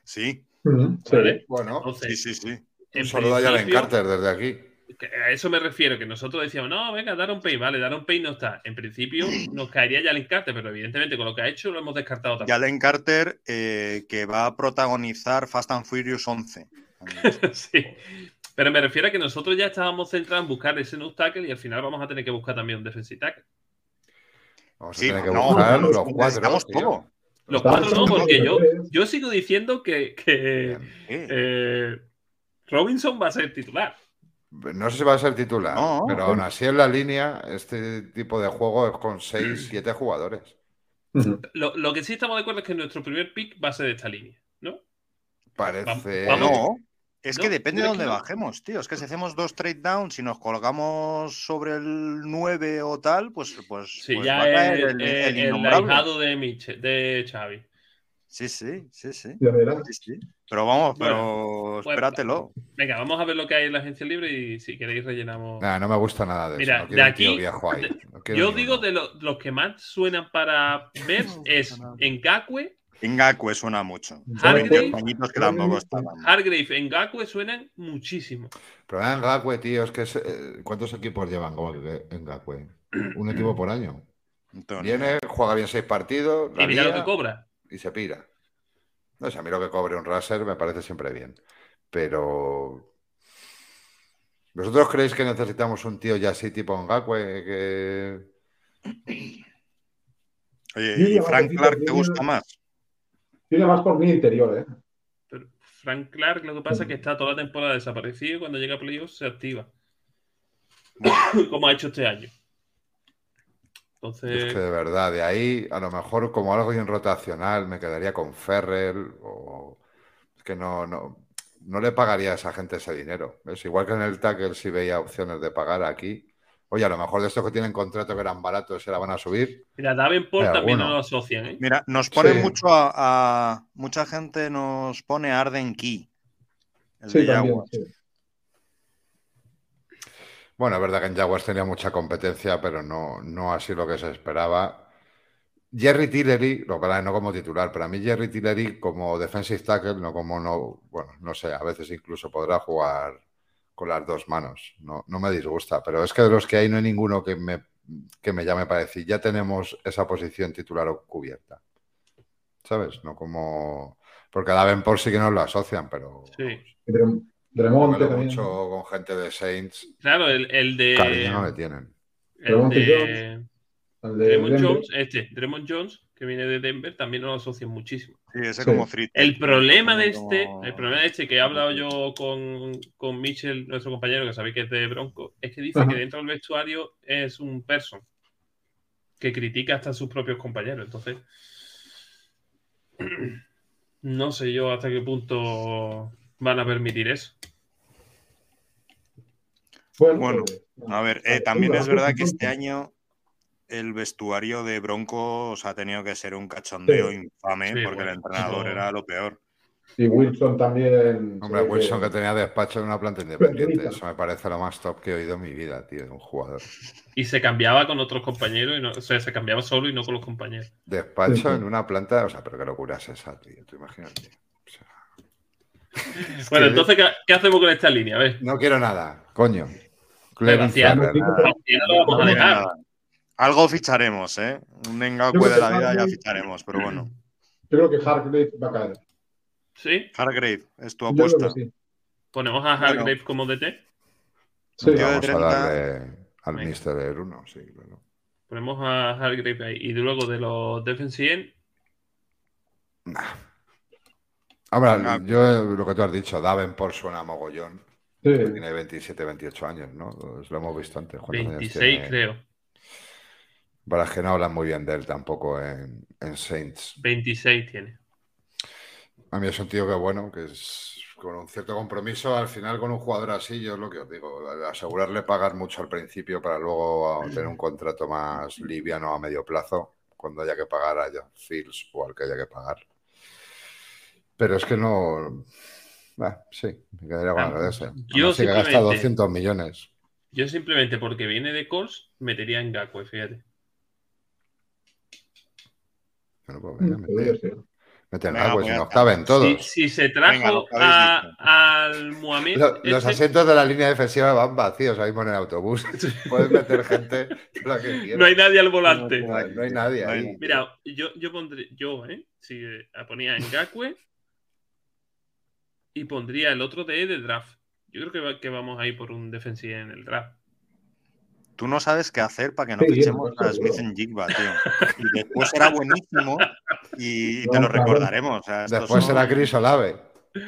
Sí,
Ujú, sí.
¿Vale?
Bueno,
sí,
Entonces,
sí, sí.
en
un saludo a Jalen
principio,
Carter desde aquí.
que a eso me refiero, que nosotros decíamos, no, venga, Daron Payne, vale, Daron Payne no está. En principio nos caería Jalen Carter, pero evidentemente con lo que ha hecho lo hemos descartado también.
Jalen Carter, eh, que va a protagonizar Fast and Furious 11.
Pues
Sí. Pero me refiero a que nosotros ya estábamos centrados en buscar ese nose tackle y al final vamos a tener que buscar también un defensive tackle.
Vamos a
Sí,
tener que
no,
buscar
no,
los cuatro.
Necesitamos
tío.
todo.
Los
Estaba
cuatro no,
pensando
porque
en
yo,
tres.
yo sigo diciendo que, que,
Bien.
Sí.
eh, Robinson va a ser titular.
No sé si va a ser titular,
No.
pero aún así en la línea, este tipo de juego es con 6, 7 jugadores.
Ujú.
Lo, lo que sí estamos de acuerdo es que nuestro primer pick va a ser de esta línea, ¿no?
Parece.
Vamos.
No, es que
No,
depende
no,
de
es
dónde
que no.
bajemos, tío. Es que si hacemos dos trade downs y nos colgamos sobre el 9 o tal, pues, pues,
Sí,
pues va
ya
a caer
es
el,
el,
el
el
innombrable.
ahijado de, Miche- de Xavi.
Sí, sí, sí, sí.
Ya verás.
Sí, sí. Pero vamos,
Bueno,
pero
pues-
espératelo.
Venga, vamos a ver lo que hay en la agencia libre y si queréis rellenamos.
Nah, no me gusta nada de
Mira,
eso. No quiero
de
un tío
aquí-
viejo ahí. No quiero
Yo
ninguno.
digo de lo- los que más suenan para ver es Ngakwe,
Ingaku suena mucho.
Hargrave,
Pañitos que tampoco estaban.
Hargrave, Ngakwe suenan muchísimo.
El problema en Gakwe, tío, es que. es, eh, ¿Cuántos equipos llevan como que en Gakwe? Un equipo por año.
Entonces,
Viene, juega bien 6 partidos, la
Y mira lo
lía
que cobra.
y se pira. No sé, a mí lo que cobre un raser me parece siempre bien. Pero. ¿Vosotros creéis que necesitamos un tío ya así, tipo Ngakwe, que
Yo
Oye, ¿y
ya me
Frank
repito,
Clark te
yo
gusta
ya-
más?
Yo iría más por mi interior, ¿eh?
Pero Frank Clark, lo que pasa es que está toda la temporada desaparecido y cuando llega a playoffs se activa. como ha hecho este año.
Yo Es
Entonces,
que de verdad, de ahí a lo mejor como algo bien rotacional me quedaría con Ferrell o es que no, no, no le pagaría a esa gente ese dinero. Es igual que en el tackle si veía opciones de pagar aquí. Oye, a lo mejor de estos que tienen contrato que eran baratos se la van a subir.
mira, Davenport
Pero
también
bueno.
no lo asocian, ¿eh?
Mira, nos pone
Sí.
mucho a, a- Mucha gente nos pone a Arden Key. El
Sí,
de
también.
Jaguars.
sí.
Bueno, es verdad que en Jaguars tenía mucha competencia, pero no, no así lo que se esperaba. Jerry Tillery, lo que pasa es que no como titular, pero a mí Jerry Tillery como defensive tackle, no como no, bueno, no sé, a veces incluso podrá jugar con las dos manos. No, no me disgusta, pero es que de los que hay no hay ninguno que me, que me llame para decir, ya tenemos esa posición titular o cubierta. ¿Sabes? No como... Porque a Davenport sí que nos lo asocian, pero...
Sí.
Y Dre-
yo me
Dremonte
lo
también.
mucho con gente de Saints,
Claro, el, el de.
cariño no le tienen.
el
Devontae
de
Al de
Draymond
Denver.
Jones, este, Draymond Jones, que viene de Denver, también no lo asocian muchísimo.
Sí, ese
Sí.
como free.
El problema de
Como-
este, el problema de este que he hablado yo con, con Mitchell, nuestro compañero, que sabéis que es de Bronco, es que dice
Ajá.
que dentro del vestuario es un person que critica hasta a sus propios compañeros. Entonces, no sé yo hasta qué punto van a permitir eso.
Bueno,
Bueno,
pues,
A ver, eh, también es verdad que este año el vestuario de Broncos ha tenido que ser un cachondeo
Sí.
infame
Sí,
porque
bueno,
el entrenador
eso-
era lo peor.
Y Wilson también.
Hombre,
se ve
Wilson
que-
que tenía despacho en una planta independiente.
Perrita.
Eso me parece lo más top que he oído en mi vida, tío, de un jugador.
Y se cambiaba con otros compañeros, y no, o sea, se cambiaba solo y no con los compañeros.
Sí, sí.
Despacho en una planta, o sea, pero qué locura es esa, tío. Tú imagínate. O sea,
Bueno,
que-
entonces, ¿qué, qué hacemos con esta línea? A ver,
no quiero nada, coño. Clemens
Gracias.
Ferrer, nada.
ya lo vamos a
Bueno,
dejar.
nada. Algo ficharemos, ¿eh? Un
Yo
engacue
creo
de
que
la vida ya
Hargrave-
ficharemos, pero bueno.
Yo creo que Hargrave va a caer.
¿Sí?
Hargrave, es tu
Yo creo que
apuesta.
sí.
¿Ponemos a Hargrave como DT?
Sí.
Yo- de
Vamos a
30.
darle al
Venga.
Mister Bruno, sí, claro.
Ponemos a Hargrave ahí. Y luego de los defensive end,
Ahora,
Venga.
yo eh, lo que tú has dicho, Davenport suena mogollón.
Sí.
Tiene 27, 28 años, ¿no? Lo hemos visto antes. ¿Cuántos años
26
tiene?
creo.
Para las que no hablan muy bien de él tampoco en, en Saints.
26 tiene.
A mí es un tío que bueno, que es con un cierto compromiso, al final con un jugador así, yo es lo que os digo, asegurarle pagar mucho al principio para luego tener un contrato más liviano a medio plazo, cuando haya que pagar a John Fields o al que haya que pagar. Pero es que no. Ah, sí, me quedaría con algo de ese.
Yo
Aún así que gasta
simplemente-
200 millones.
Yo simplemente porque viene de Colts, metería en Gakwe, fíjate.
Bueno, pues venga,
Mm, podría
mete,
ser.
mete al
Venga,
Galway,
pues
si
ya
no
está.
caben
Si,
todos.
si se
Venga, lo
trajo
que habéis
a-
dicho.
al Mohamed,
Lo- los
este-
asientos de la línea defensiva van vacíos ahí mismo en el autobús. Puedes meter gente la que quieras.
no hay nadie al volante.
No hay- no hay nadie
No hay
ahí.
nadie.
Mira, yo, yo pondría, yo, ¿eh? Si eh, ponía en Gakwe y pondría el otro de, de draft. Yo creo que, va- que vamos a ir por un defensivo en el draft.
Tú no sabes qué hacer para que no
Sí,
pinchemos
no,
a Smith
seguro.
en Jigba, tío. Y después será buenísimo y te
No,
lo
claro.
recordaremos. O sea, estos
Después
son
será Chris Olave.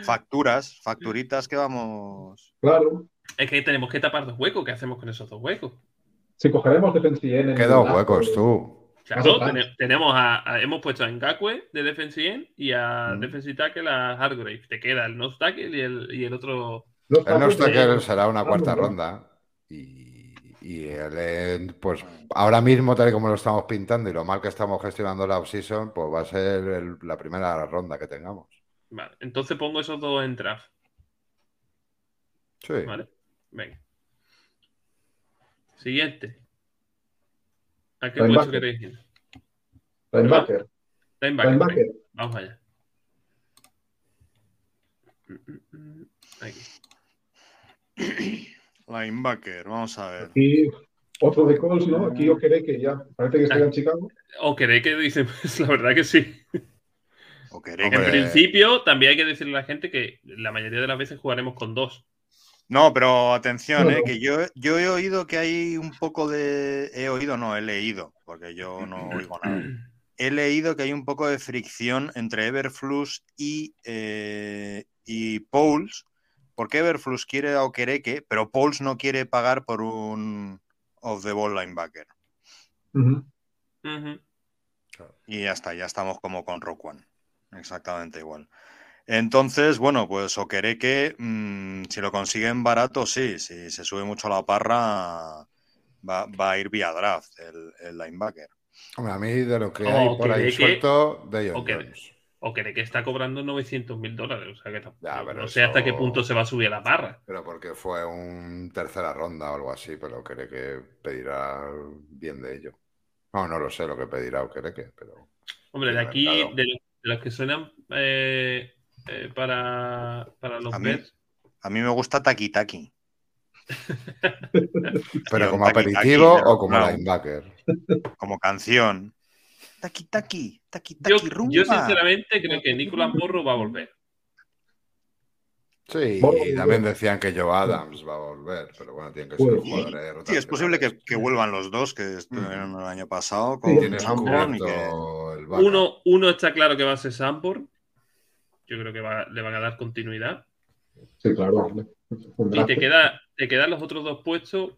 Facturas, facturitas que vamos.
Claro.
Es que tenemos que tapar dos huecos. ¿Qué hacemos con esos dos huecos?
Si cogeremos defensiva en el
Quedan
draft,
huecos,
eh,
tú.
Claro,
Ajá.
tene- tenemos a, a- hemos puesto a Ngakwe de defensive end y a
Mm.
defensive tackle a Hargrave. Te queda el nose tackle y el, y el otro.
no
El
está
nuestro
bien,
que será una cuarta
Vamos,
ronda. Y, y el end, pues ahora mismo, tal y como lo estamos pintando y lo mal que estamos gestionando la offseason, pues va a ser el- la primera ronda que tengamos.
Vale, entonces pongo esos dos en draft.
Sí.
Vale, venga. Siguiente. ¿A qué
Linebacker.
puesto queréis ir?
Linebacker.
Linebacker, venga,
Linebacker.
eh. Vamos allá. Mm, mm, mm, Aquí.
Linebacker, vamos a ver.
Y otro de Colts, ¿no? Aquí yo quería que ya. Parece que está en Chicago.
¿O queréis que dicen? Pues la verdad que sí.
O queréis
En
que-
Hombre.
principio, también hay que decirle a la gente que la mayoría de las veces jugaremos con dos.
No, pero atención, eh,
Bueno.
que yo, yo he oído que hay un poco de. He oído, no, he leído, porque yo no oigo nada. He leído que hay un poco de fricción entre Everflux y, eh, y Pouls, porque Everflux quiere a Okereke, pero Pouls no quiere pagar por un off the ball linebacker.
Ujú.
Ujú.
Y ya está, ya estamos como con Rock One. Exactamente igual. Entonces, bueno, pues Okereke, mm, si lo consiguen barato, sí. Si se sube mucho la parra, va, va a ir vía draft el, el linebacker.
Hombre, a mí de lo que
O
hay por ahí
que-
suelto, de
o que-
Jones.
O que de que está cobrando 900 mil dólares. O sea que tam-
Ya, pero
no sé hasta
eso-
qué punto se va a subir a la barra.
Pero porque fue un tercera ronda o algo así, pero creo que pedirá bien de ello. No, no lo sé lo que pedirá o cree que, pero
Hombre, de
Sí,
aquí,
claro.
de, de los que suenan eh, eh, para, para los
A mí-
Bears,
A mí me gusta Taki Taki.
pero
un
como
taqui-taqui
aperitivo
de
o como
Brown.
linebacker.
como canción. Taki Taki, Taki
yo,
Taki Rumba.
yo sinceramente creo que Nicolás Morro va a volver.
Sí,
Bueno,
y también decían que Joe Adams va a volver, pero bueno, tienen que ser
Bueno,
jugadores de
Sí, es
rotaciones.
posible que, que vuelvan los dos que estuvieron el año pasado
Sí,
con
Mm. Tienes
Sanborn y
cubierto
que
el backup.
Uno, uno está claro que va a ser Sanborn. Yo creo que va- le van a dar continuidad.
Sí, claro. Un
Y
draft.
te queda, te quedan los otros dos puestos.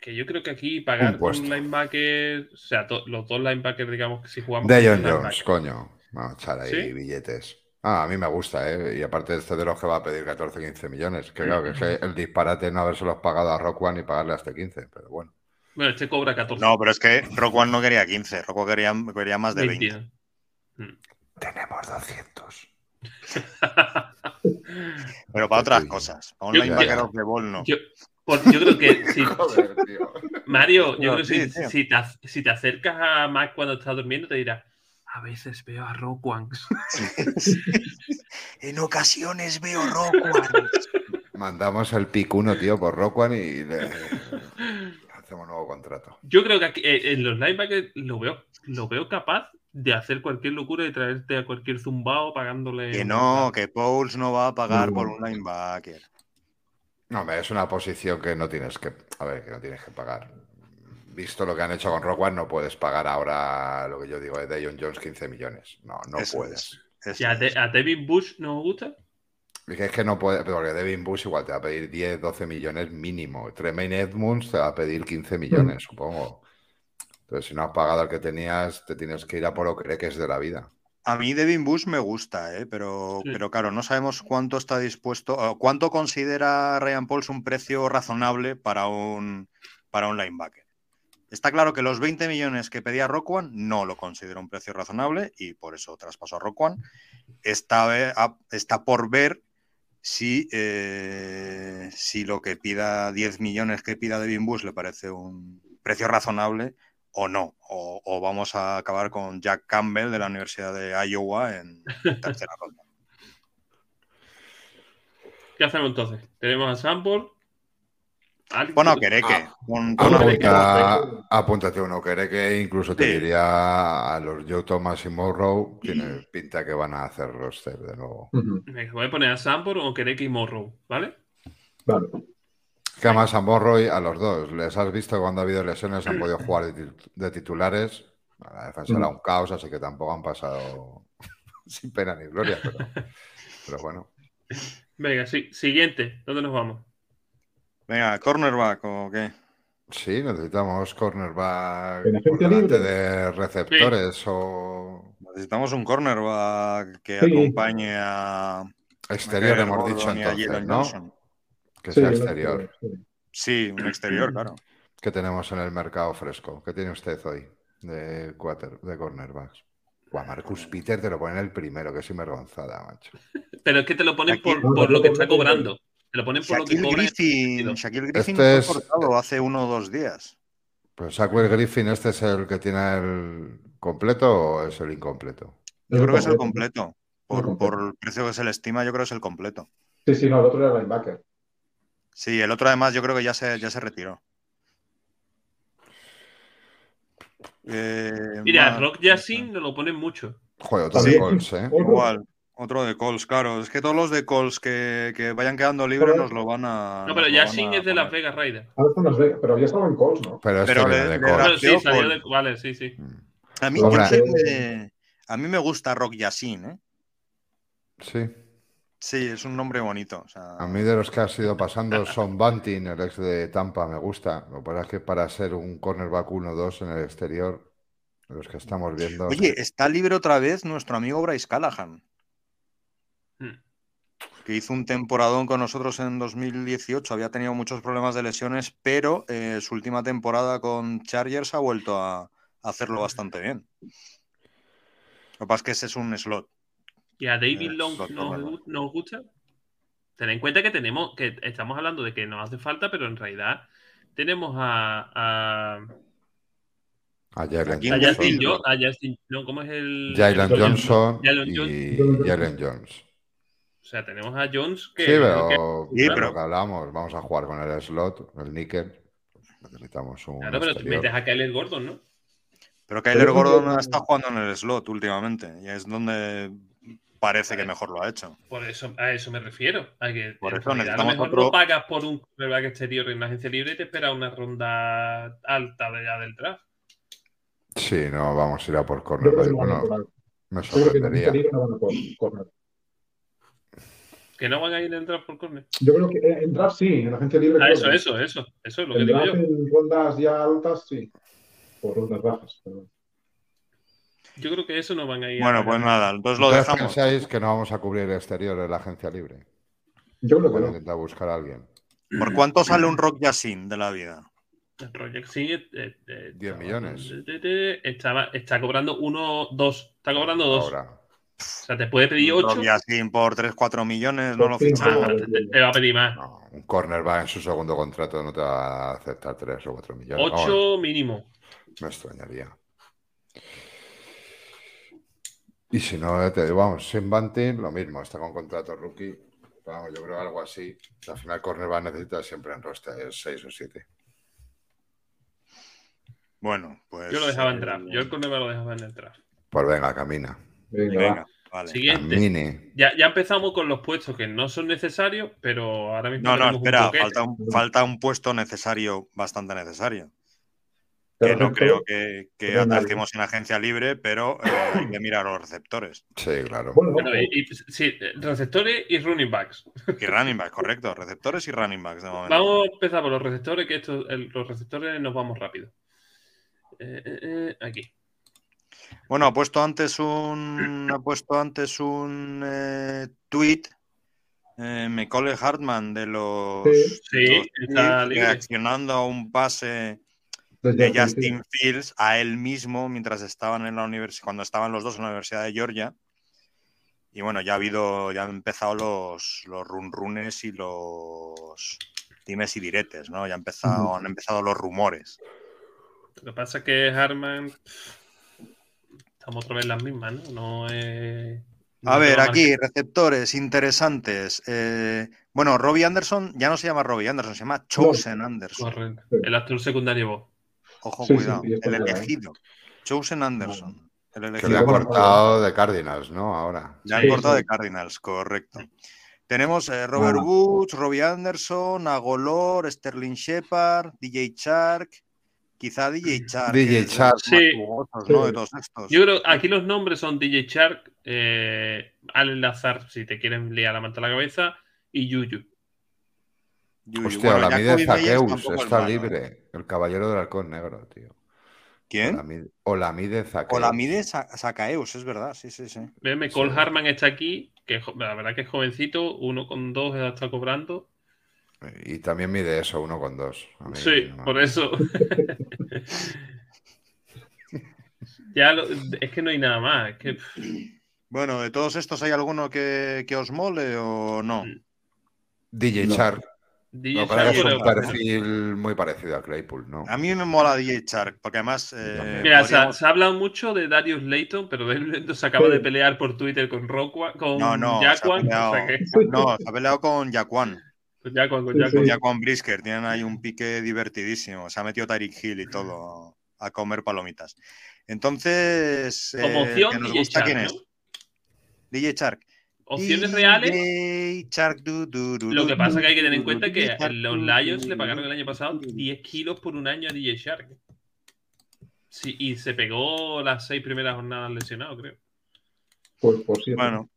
Que yo creo que aquí pagar
Un
un,
puesto.
linebacker, o sea, to- los dos linebackers, digamos que si jugamos. con
Dejon
un
Jones,
linebacker.
coño. Vamos a echar ahí
¿Sí?
billetes. Ah, a mí me gusta, ¿eh? Y aparte este de los que va a pedir 14, 15 millones. Que claro, que es que el disparate no habérselos pagado a Rock One y pagarle hasta 15, pero bueno.
Bueno, este cobra 14.
No, pero es que Rock One no quería 15, Rock One quería, quería más de 20.
22.
Tenemos 200.
Pero para otras
Sí.
cosas. Para un
Yo-
linebacker
yo-
off the ball no.
Yo, por- yo creo que si,
Joder, tío.
Mario, yo
Pero
creo que si,
sí, tío.
si te, ac- si te acercas a Mac cuando está durmiendo, te dirá, a veces veo a Roquan.
En ocasiones veo Rock One.
Mandamos el pick uno, tío, por Rock One y le hacemos nuevo contrato.
Yo creo que aquí, eh, en los linebackers lo veo, lo veo capaz de hacer cualquier locura y traerte a cualquier zumbao pagándole.
Que no, que Pauls no va a pagar por un linebacker.
No, hombre, es una posición que no tienes que, a ver, que no tienes que pagar. Visto lo que han hecho con Rock One, no puedes pagar ahora lo que yo digo de Dejon Jones 15 millones. No, no
Eso
puedes.
es, eso
Si a,
es.
De- a Devin Bush no os gusta,
Es que- es que no puede, porque Devin Bush igual te va a pedir 10, 12 millones mínimo. Tremaine Edmunds te va a pedir 15 millones, supongo. Entonces, si no has pagado al que tenías, te tienes que ir a por lo que es de la vida.
A mí Devin Bush me gusta, ¿eh? pero,
Sí.
pero claro, no sabemos cuánto está dispuesto, o cuánto considera Ryan Pauls un precio razonable para un, para un linebacker. Está claro que los 20 millones que pedía Rockwan no lo considero un precio razonable y por eso traspasó a Rockwan. Está, eh, está por ver si, eh, si lo que pida 10 millones que pida Devin Bush le parece un precio razonable o no. O, o, vamos a acabar con Jack Campbell de la Universidad de Iowa en tercera ronda.
¿Qué hacemos entonces? Tenemos a Sanford.
Bueno, Quereque.
ah,
Un,
apunta, apúntate uno, Quereque. Incluso te sí. diría a los Joe Thomas y Morrow. Tiene pinta que van a hacer roster de nuevo. Uh
-huh. Voy a poner a Sanford o Quereque y Morrow, ¿vale?
Vale.
Que además a Morroy, a los dos, les has visto cuando ha habido lesiones, han podido jugar de, tit de titulares. La defensa era un caos, así que tampoco han pasado sin pena ni gloria, pero, pero bueno.
Venga, sí. siguiente, ¿dónde nos vamos?
Venga, cornerback o qué?
Sí, necesitamos cornerback por delante de receptores sí. o.
Necesitamos un cornerback que sí. acompañe a.
Exterior, hemos Gordon dicho entonces, ¿no? Johnson que sea sí, exterior.
Sí, un exterior, claro.
¿Qué tenemos en el mercado fresco? ¿Qué tiene usted hoy de, quarter, de cornerbacks? Guau, Marcus Peter te lo ponen el primero, que es sinvergonzada, macho.
Pero es que te lo ponen por, por, lo que está cobrando. Te lo ponen por
Shaquille
lo que cobra.
Griffin, Shaquille Griffin este es... cortado hace uno o dos días.
Pues Shaquille Griffin, ¿este es el que tiene el completo o es el incompleto?
Yo creo que es el completo. Por, por el precio que se le estima, yo creo que es el completo.
Sí, sí, no, el otro era el linebacker.
Sí, el otro además yo creo que ya se, ya se retiró.
Eh, Mira, más... Rock Yassin no lo ponen mucho.
Joder, otro sí. de Colts, ¿eh?
Igual, otro de Colts, claro. Es que todos los de Colts que, que vayan quedando libres nos lo van
a. No, pero Yassin es de Las Vegas Raiders.
Pero ya estaba en Colts, ¿no?
Pero, este pero
le,
de
le Colts. sí, salió de... Vale, sí, sí.
A mí, Ahora, yo me... a mí me gusta Rock Yassin, ¿eh?
Sí.
Sí, es un nombre bonito. O sea...
A mí de los que has ido pasando son Bunting, el ex de Tampa, me gusta. Lo que pasa es que para ser un cornerback 1-2 en el exterior, los que estamos viendo.
Oye, está libre otra vez nuestro amigo Bryce Callahan. Hmm. Que hizo un temporadón con nosotros en 2018. Había tenido muchos problemas de lesiones, pero eh, su última temporada con Chargers ha vuelto a hacerlo bastante bien. Lo que pasa es que ese es un slot.
¿Y a David
Eh,
Long nos, nos, gusta? Ten en cuenta que tenemos, que estamos hablando de que nos hace falta, pero en realidad tenemos a. a...
A Jalen
Johnson. Yo, a Justin, no, ¿Cómo es el.
Jalen Johnson, Jalen Johnson y Jalen Jones.
O sea, tenemos a Jones que.
Sí, pero. Que, sí, pero... Lo que hablamos, vamos a jugar con el slot, el níquel. Necesitamos un.
Claro, pero tú metes a Kyler Gordon, ¿no?
Pero Kyler Gordon está jugando en el slot últimamente. Y es donde parece que mejor lo ha hecho.
Por eso, a eso me refiero. A que
por eso necesitamos
a lo mejor otro... no pagas por un coreback exterior en una agencia libre y te espera una ronda alta de ya del draft.
Sí, no, vamos a ir a por corner. Bueno, me sorprendería.
¿Que no van a ir en draft por corner?
Yo creo que eh, en draft sí, en la agencia libre.
Ah, eso, eso, eso, eso es lo que
en
digo
draft,
yo.
En rondas ya altas sí, o rondas bajas, pero...
Yo creo que eso no van a ir.
Bueno, a pues nada, entonces pues, lo dejamos.
pensáis que no vamos a cubrir el exterior en la agencia libre?
Yo creo que no.
intentar buscar a alguien.
¿Por cuánto sale un Rock Yassin de la vida?
El Rock Yassin. Eh,
eh, 10 estaba, millones.
Estaba, está cobrando uno, dos. Está cobrando dos. Ahora. O sea, te puede pedir 8.
Rock Yassin por 3, 4 millones, no lo fichas.
Ah, te, te, va a pedir más.
No, un cornerback en su segundo contrato no te va a aceptar 3 o 4 millones.
8 oh, mínimo.
Me extrañaría. Y si no, te digo, vamos, sin Banting, lo mismo, está con contrato rookie. Vamos, yo creo algo así. Al final, Cornerback necesita siempre en roster 6 o 7.
Bueno, pues.
Yo lo dejaba entrar. Yo el Cornerback lo dejaba en entrar.
Pues venga, camina.
Venga, venga vale.
Siguiente. Camine. Ya, ya, empezamos con los puestos que no son necesarios, pero ahora mismo.
No, no, espera, un falta, un, falta un puesto necesario, bastante necesario que no creo que, que atrajemos en agencia libre, pero eh, hay que mirar los receptores.
Sí, claro.
Bueno, y, y, sí, receptores y running backs.
Y running backs, correcto. Receptores y running backs de momento.
Vamos a empezar por los receptores, que estos, el, los receptores nos vamos rápido. Eh, eh, aquí.
Bueno, ha puesto antes un ha puesto antes un eh, tweet me cole Hartman de los,
sí,
los está libre. reaccionando a un pase de Justin Fields a él mismo mientras estaban en la universidad, cuando estaban los dos en la Universidad de Georgia. Y bueno, ya ha habido, ya han empezado los, los runrunes y los dimes y diretes, ¿no? Ya han empezado, han empezado los rumores.
Lo que pasa es que Harman estamos otra vez las mismas, ¿no? No es. no
A
es
ver,
lo
aquí,
marca.
receptores interesantes. Eh, bueno, Robbie Anderson ya no se llama Robbie Anderson, se llama Chosen Anderson.
Correcto. El actor secundario vos.
Ojo,
Sí, sí,
cuidado.
sí, está
el
claro, ¿eh?
elegido. Chosen Anderson. El
Que le ha
elegido.
bueno,
cortado de Cardinals, ¿no? Ahora.
Ya han
Sí,
cortado
sí.
de Cardinals, correcto. Tenemos eh, Robert
Ah.
Woods, Robbie Anderson, Agolor, Sterling Shepard, DJ Shark. Quizá DJ Shark. es de
DJ
eh, los
Shark.
más
Sí.
jugosos,
Sí.
¿no? De todos estos.
Yo creo aquí los nombres son DJ Shark, eh, Allen Lazar, si te quieren liar la manta a la cabeza, y Yuyu.
Yui,
Hostia,
bueno,
la
Jacoby
de
Meyers
Zaqueus
tampoco es
está
malo.
libre. El caballero del halcón negro, tío.
¿Quién?
O la mide Zaqueus.
O la mide Sa- Sacaeus, es verdad, sí, sí, sí.
Veme, Cole Harman está aquí, que jo- la verdad que es jovencito, uno con dos está cobrando.
Y también mide eso, uno con dos. A mí
Sí,
no-
por eso. ya lo- es que no hay nada más. es que, pff,
Bueno, ¿de todos estos hay alguno que, que os mole o no?
DJ
No.
Shark.
DJ
Lo que
Shark,
pasa es que es
pero-
un perfil muy parecido a Claypool, ¿no?
A mí me mola DJ Shark, porque además... eh,
Mira, se, ha-
podríamos-
se ha hablado mucho de Darius Layton, pero Darius Layton se acaba
Sí.
de pelear por Twitter con Roqua, con
No, no, se ha
Jaquan, o sea que-
peleado- no, se ha peleado con Jaquan,
con Jaquan, con
Sí,
Jaquan.
con Jaquan Brisker. Tienen ahí un pique divertidísimo. Se ha metido Tyreek Hill y todo a comer palomitas. Entonces, eh,
Como
que
opción,
nos
DJ
gusta
Shark,
quién
¿no?
es. DJ Shark.
Opciones reales.
DJ Shark, du, du, du,
Lo
du,
que pasa
du,
que hay que tener en
du,
cuenta
du,
que
DJ Shark,
los
du,
Lions
du,
le pagaron
du.
el año pasado 10 kilos por un año a DJ Shark. Sí, y se pegó las seis primeras jornadas lesionado, creo.
Pues, por cierto.
Bueno,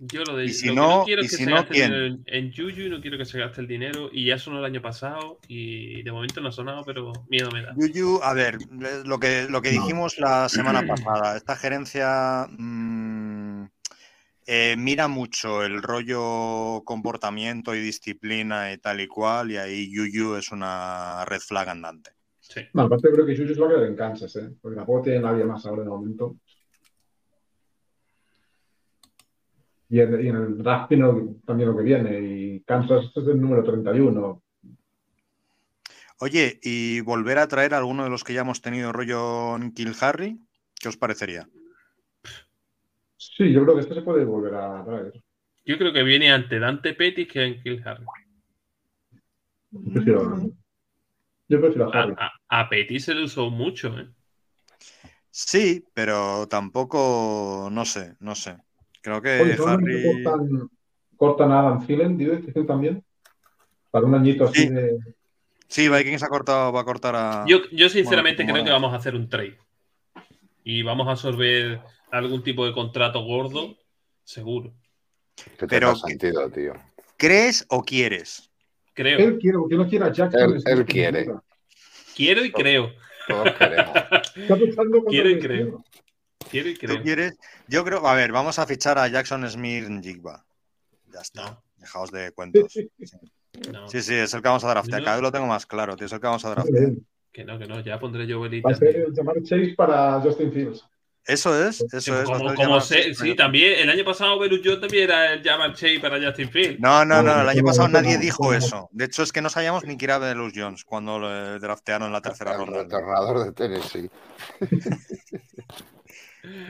Yo lo de
Y si
lo que
no-
quiero
y
es que
si
se
no,
gaste el
¿quién?
dinero en, en Juju y no quiero que se gaste el dinero. Y ya sonó el año pasado y de momento no ha sonado, pero miedo me da.
Yuyu, a ver, eh, lo que, lo que dijimos la semana pasada, esta gerencia mm, eh, mira mucho el rollo comportamiento y disciplina y tal y cual, y ahí Yuyu es una red flag andante.
Sí.
No, aparte creo que Juju se va a quedar en Kansas, ¿eh? Porque tampoco tiene nadie más ahora de momento. Y en, y en el draft tiene lo- también lo que viene. Y Kansas este es el número 31.
Oye, ¿y volver a traer a alguno de los que ya hemos tenido rollo en Kill Harry? ¿Qué os parecería?
Sí, yo creo que este se puede volver a traer.
Yo creo que viene ante Dante Pettis que en Kill Harry.
Yo prefiero, yo prefiero
Ah,
a Harry.
A, a- a Pettis se le usó mucho, ¿eh?
Sí, pero tampoco, no sé, no sé. Creo que
Oye, ¿saben que
eh, Harry...
cortan, cortan a Adam Thielen, digo, dicen también? Para un añito así
Sí.
de...
Sí, Vikings ha cortado, va a cortar a...
Yo, yo sinceramente
Ah. Bueno,
creo
como
que
no.
vamos a hacer un trade. Y vamos a absorber algún tipo de contrato gordo, seguro.
Que
Pero-
tenga sentido, tío.
¿Crees o quieres?
Creo.
Él quiere, porque no quiere a Jackson.
Él-
es-
él quiere.
Quiero y creo.
Todos queremos.
Está pensando cuando
Quiere y
le-
creo. Quiero y creo.
¿Tú quieres? Yo creo, a ver, vamos a fichar a Jackson Smith Jigba. Ya está.
No.
Dejaos de cuentos.
No,
Sí, sí, es el que vamos a draftear.
No.
Cada vez lo tengo más claro, tío. Es el que vamos a
Ah.
Muy
draftear.
bien.
que no, que no. Ya pondré yo velitas.
Va a ser el llamar Chase para Justin Fields.
Eso es, eso es.
Como,
Nosotros
como
llamamos-
sé- sí, también el año pasado Belus John también era el Jabbar Chase para Justin Fields.
No, no, no. El año
No,
pasado
no,
nadie
no,
dijo
no.
eso. De hecho, es que no sabíamos ni que era Velus Jones cuando lo eh, draftearon en la tercera
El
ronda.
retornador de Tennessee.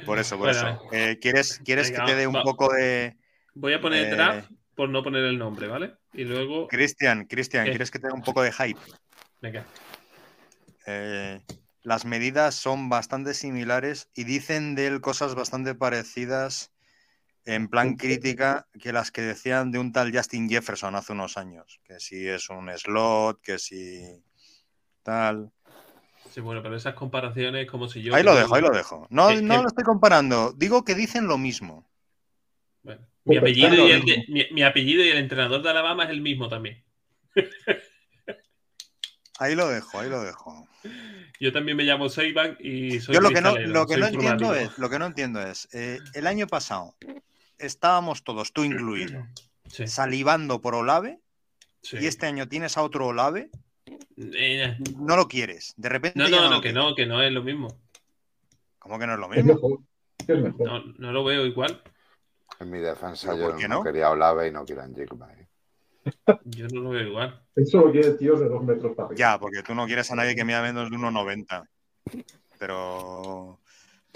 Por eso, por
Bueno,
eso. Eh, ¿Quieres, quieres que
Venga,
te dé un
va.
poco de.
Voy a poner
Eh.
draft por no poner el nombre, ¿vale? Y luego.
Cristian, Cristian,
¿Qué?
¿quieres que te dé un poco de hype?
Venga.
Eh, las medidas son bastante similares y dicen de él cosas bastante parecidas en plan crítica que las que decían de un tal Justin Jefferson hace unos años. Que si es un slot, que si tal.
Sí, bueno, pero esas comparaciones como si yo.
Ahí lo dejo, ahí lo dejo. No,
que-
no
que-
lo estoy comparando. Digo que dicen lo mismo.
Bueno, mi, apellido y el de- mi, mi apellido y el entrenador de Alabama es el mismo también.
Ahí lo dejo, ahí lo dejo.
Yo también me llamo Seiban y soy.
Yo lo que no,
cristalero,
lo que
soy
no entiendo
informático.
es, lo que no entiendo es, eh, el año pasado estábamos todos, tú incluido,
Sí,
salivando por Olave
sí.
y este año tienes a otro Olave
Eh,
No lo quieres. De repente.
no,
ya
no,
lo
no, que no, que no es lo mismo.
¿Cómo que no es lo
Es
mismo?
mejor. Es mejor.
No, no lo veo igual.
En mi defensa
¿Pero
yo
por qué
no,
no?
quería Olave y no querían Jigba. ¿eh?
Yo no lo veo igual.
Eso lo quiere tíos de dos metros para arriba.
Ya, porque tú no quieres a nadie que mida menos de 1,90. Pero.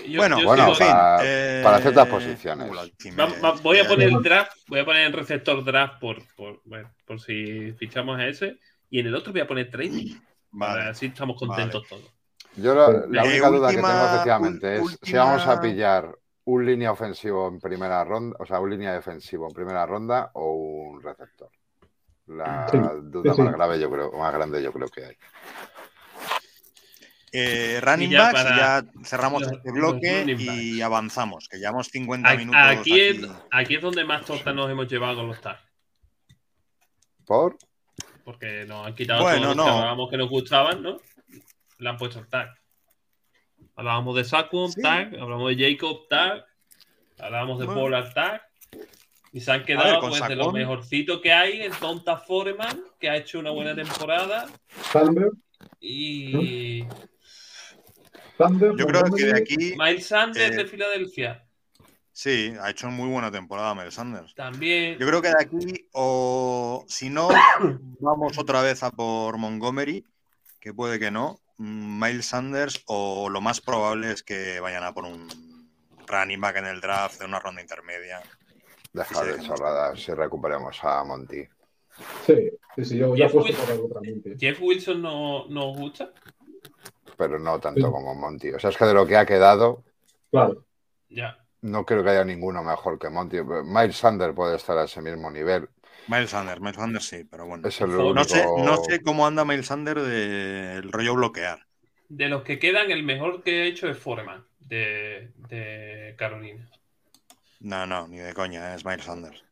Yo-
bueno,
yo
bueno,
sigo-
en fin,
para-
eh,
para ciertas posiciones.
la última,
Va- va- voy a
ya.
poner el draft, voy a poner el receptor draft por, por, bueno, por si fichamos a ese. Y en el otro voy a poner trading. Para
Vale.
así estamos contentos todos.
Yo
Pues
la, la
Eh,
única duda que
última-
tengo efectivamente es
ul-
si vamos a
última-
pillar un línea ofensivo en primera ronda, o sea, un línea defensivo en primera ronda o un receptor. La
Sí,
duda
sí, sí.
más grave yo creo, más grande yo creo que hay.
Eh, running
Y ya
backs,
para-
ya cerramos
los-
este
los
bloque
running
y
backs.
avanzamos, que llevamos 50
A-
minutos.
Aquí es,
aquí.
aquí es donde más torta nos hemos llevado con los TAR.
¿Por?
Porque nos han quitado
Bueno,
todos
no.
los que hablábamos que nos gustaban, ¿no? Le han puesto el tag. Hablábamos de Saquon,
Sí.
tag. Hablábamos de Jacob, tag. Hablábamos de
Bueno.
Pollard, tag. Y se han
A ver,
quedado
con
pues, de los
Saquon-
mejorcitos que hay en Tonta Foreman, que ha hecho una buena temporada.
Thunder,
Y
Thunder,
Yo creo que de
Montgomery,
aquí,
Miles Sanders
Eh.
de Filadelfia.
sí, ha hecho muy buena temporada Miles Sanders.
También.
Yo creo que de aquí, o si no, vamos otra vez a por Montgomery, que puede que no, mm, Miles Sanders, o lo más probable es que vayan a por un running back en el draft de una ronda intermedia.
Deja
Sí,
de
dejemos.
chorradas si recuperemos a Monty.
Sí, sí, sí, yo ya he
Jeff
puesto
Wilson.
por algo realmente.
Jeff Wilson no, no os gusta.
Pero no
Sí.
tanto como Monty. O sea, es que de lo que ha quedado,
Claro,
Ya.
no creo que haya ninguno mejor que Monty. Miles Sanders puede estar a ese mismo nivel.
Miles Sanders, Miles Sanders sí, pero bueno.
Es el
No
único...
No sé, no sé cómo anda Miles Sanders del rollo bloquear.
De los que quedan, el mejor que he hecho es Foreman de, de Carolina.
No, no, ni de coña, eh, es Miles Sanders.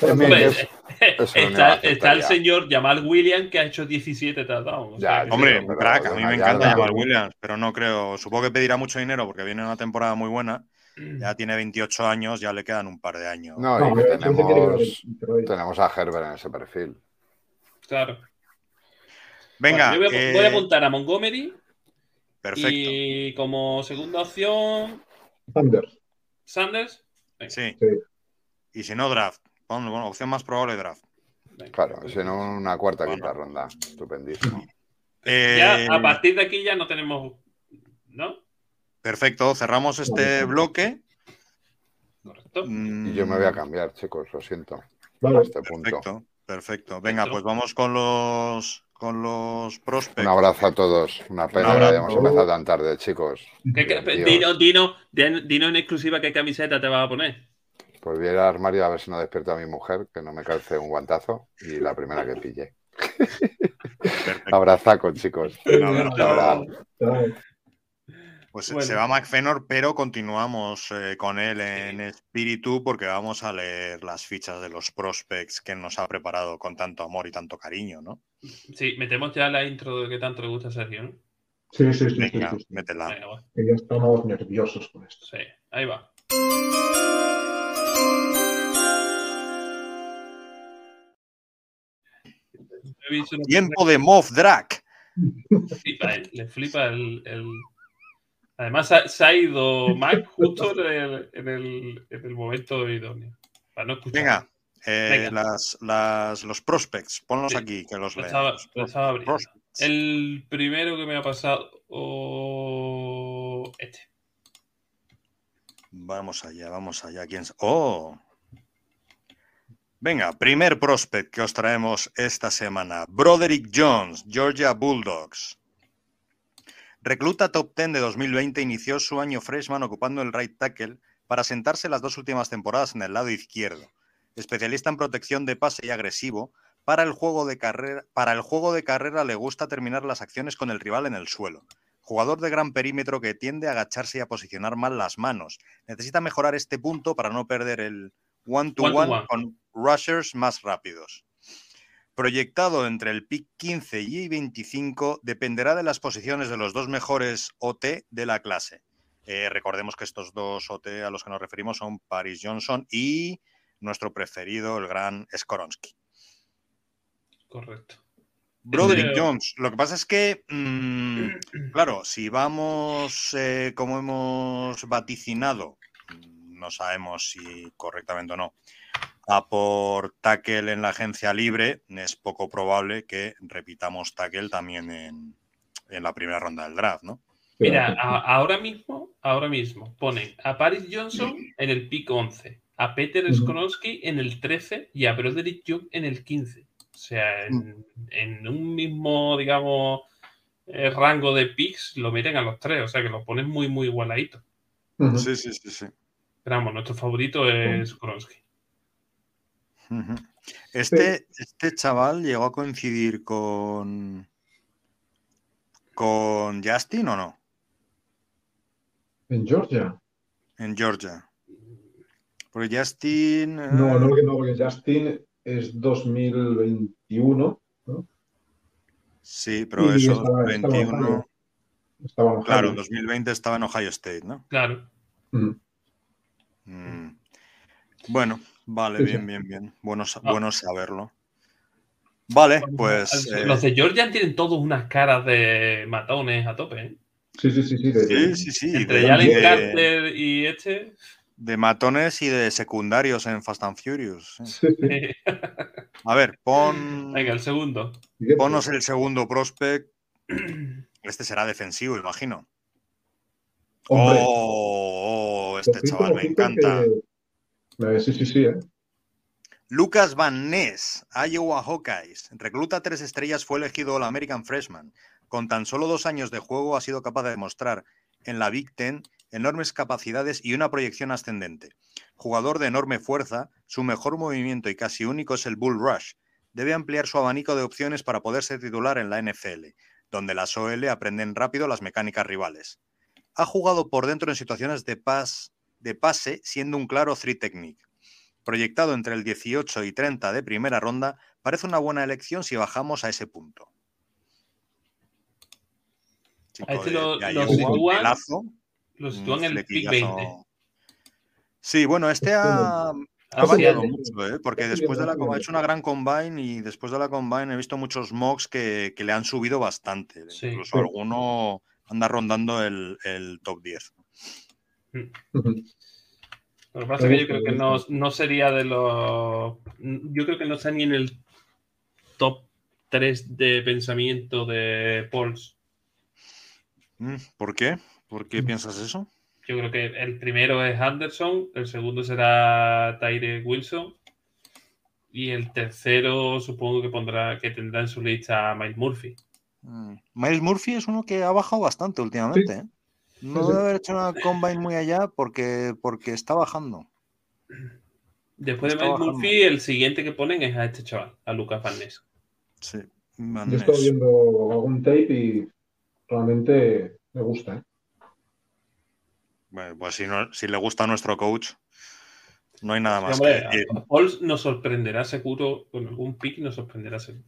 En mi-
Hombre, eh,
es- es
está,
el único
está el
aceptable.
señor Jamal Williams que ha hecho 17 touchdowns. O
Ya,
sea, que-
Hombre,
pero
un crack, a
de
mí
una
me encanta
yarda.
llamar Williams, pero no creo. Supongo que pedirá mucho dinero porque viene una temporada muy buena.
Mm.
Ya tiene 28 años, ya le quedan un par de años.
No,
No,
y que
pero siempre tiene que
tenemos,
haber- pero, oye,
tenemos a Herbert en ese perfil.
claro.
Venga,
Bueno, yo voy, a,
eh,
voy a apuntar a Montgomery
perfecto.
y como segunda opción,
Thunder.
Sanders.
Sí.
Sí.
Y si no, draft. Pon- bueno, opción más probable, draft.
Venga. pues
Claro, sino una cuarta,
Pues Bueno.
quinta ronda. Estupendísimo.
Eh,
Ya, a partir de aquí ya no tenemos. ¿No?
perfecto, cerramos este bloque. Mm,
Correcto.
Y yo me voy a cambiar, chicos, lo siento. A
Vale,
este punto.
Perfecto, perfecto. Venga,
Perfecto.
pues vamos con los con los prospects.
Un abrazo a todos. Una
Un
pena que
abrazo.
hayamos empezado tan tarde, chicos.
¿Qué- qué-
Dios.
dino, dino, din- dino en exclusiva qué camiseta te vas a poner.
Pues voy a ir al armario a ver si no despierto a mi mujer, que no me calce un guantazo. Y la primera que pille.
Perfecto.
Abrazaco, chicos.
Un abrazo.
Un abrazo.
chao.
Pues
Bueno.
se va McFenor, pero continuamos eh, con él en espíritu porque vamos a leer las fichas de los prospects que nos ha preparado con tanto amor y tanto cariño, ¿no?
Sí, metemos ya la intro de que tanto le gusta a Sergio, ¿no?
Sí, sí, sí, sí,
Venga,
sí, sí.
métela.
Venga, va.
Que ya estamos nerviosos con esto.
Sí, ahí va. He visto una-
Tiempo de Moff Drac.
le flipa, el- le flipa el, el- Además, se ha, se ha ido Mac justo en el, en el- en el momento idóneo. Para no escuchar.
Venga, eh,
Venga.
Las, las- los prospects, ponlos
Sí.
aquí que los
Lo estaba-
leamos.
lo estaba abriendo.
Prospects.
El primero que me ha pasado. oh, este.
Vamos allá, vamos allá. ¿Quién... s- ¡Oh! Venga, primer prospect que os traemos esta semana. Broderick Jones, Georgia Bulldogs. Recluta top 10 de 2020, inició su año freshman ocupando el right tackle para sentarse las dos últimas temporadas en el lado izquierdo. Especialista en protección de pase y agresivo, para el juego de carrera, para el juego de carrera le gusta terminar las acciones con el rival en el suelo. Jugador de gran perímetro que tiende a agacharse y a posicionar mal las manos. Necesita mejorar este punto para no perder el one-to-one
One-to-one.
con rushers más rápidos. Proyectado entre el pick 15 y 25, dependerá de las posiciones de los dos mejores OT de la clase. Eh, recordemos que estos dos OT a los que nos referimos son Paris Johnson y nuestro preferido, el gran Skoronsky.
Correcto.
Broderick Pero... Jones. Lo que pasa es que, mmm, claro, si vamos eh, como hemos vaticinado, no sabemos si correctamente o no, a por tackle en la agencia libre, es poco probable que repitamos tackle también en, en la primera ronda del draft, ¿no?
Mira, a, ahora mismo, ahora mismo, ponen a Paris Johnson en el pick 11, a Peter Skronsky en el 13 y a Broderick Jones en el 15. O sea, en, en un mismo, digamos, eh, rango de picks lo meten a los tres. O sea, que lo ponen muy, muy igualadito.
Sí, sí, sí, sí.
Pero vamos, nuestro favorito es Kronsky.
Este, este chaval llegó a coincidir con. con Justin o no?
En Georgia.
En Georgia. Porque Justin. Eh...
No, no, no, porque Justin es 2021. ¿no?
Sí, pero y eso,
estaba,
21.
Estaba en Ohio.
Claro, en 2020 estaba en Ohio State, ¿no?
Claro.
Mm.
Mm. Bueno, vale, sí, bien, sí. bien, bien. Bueno, ah. bueno saberlo. Vale, pues.
Los de Georgia tienen todos unas caras de matones a tope, ¿eh?
Sí, sí, sí. Sí,
de, sí, sí,
Entre Jalen Carter y este.
De matones y de secundarios en Fast and Furious. Sí. A ver, pon.
Venga, el segundo.
Ponos el segundo prospect. Este será defensivo, imagino.
Hombre.
Oh, oh, este
Ojito,
chaval me
ojito
encanta.
que- Eh, Sí, sí, sí. ¿eh?
Lucas Van Ness, Iowa Hawkeyes. Recluta tres estrellas, fue elegido All American Freshman. Con tan solo dos años de juego ha sido capaz de demostrar en la Big Ten enormes capacidades y una proyección ascendente. Jugador de enorme fuerza, su mejor movimiento y casi único es el Bull Rush. Debe ampliar su abanico de opciones para poder ser titular en la NFL, donde las OL aprenden rápido las mecánicas rivales. Ha jugado por dentro en situaciones de, pas- de pase, siendo un claro three technique. Proyectado entre el 18 y 30 de primera ronda, parece una buena elección si bajamos a ese punto.
A este
de-
lo-
de
lo
Iowa, un
sitúan-
pelazo.
Lo
Un
sitúan Pues en el pick
flequillazo.
20.
Mm, Sí, bueno, este ha, ha
Hacia
variado
el-
mucho, ¿eh? porque
Este
después de la
levantamiento.
combine, ha hecho una gran combine y después de la combine he visto muchos mocks que, que le han subido bastante. ¿eh?
Sí.
Incluso alguno anda rondando el, el top 10.
Lo que pasa es que yo creo que no, no sería de los. Yo creo que no está ni en el top 3 de pensamiento de Pauls.
Mm, ¿Por qué? ¿Por qué piensas eso?
Yo creo que el primero es Anderson, el segundo será Tyre Wilson. Y el tercero supongo que pondrá, que tendrá en su lista a Mike Murphy.
Mm, Miles Murphy es uno que ha bajado bastante últimamente. ¿eh? No
Sí, sí.
debe haber hecho una combine muy allá porque, porque está bajando.
Después de
Está
Mike
bajando.
Murphy, el siguiente que ponen es a este chaval, a Lucas Van Ness.
Sí, Van
Yo
Ness.
estoy viendo algún tape y realmente me gusta. ¿eh?
Bueno, pues si, no- si le gusta a nuestro coach, no hay nada más que
Hombre,
decir.
a- Pauls nos sorprenderá seguro, con algún pick nos sorprenderá seguro.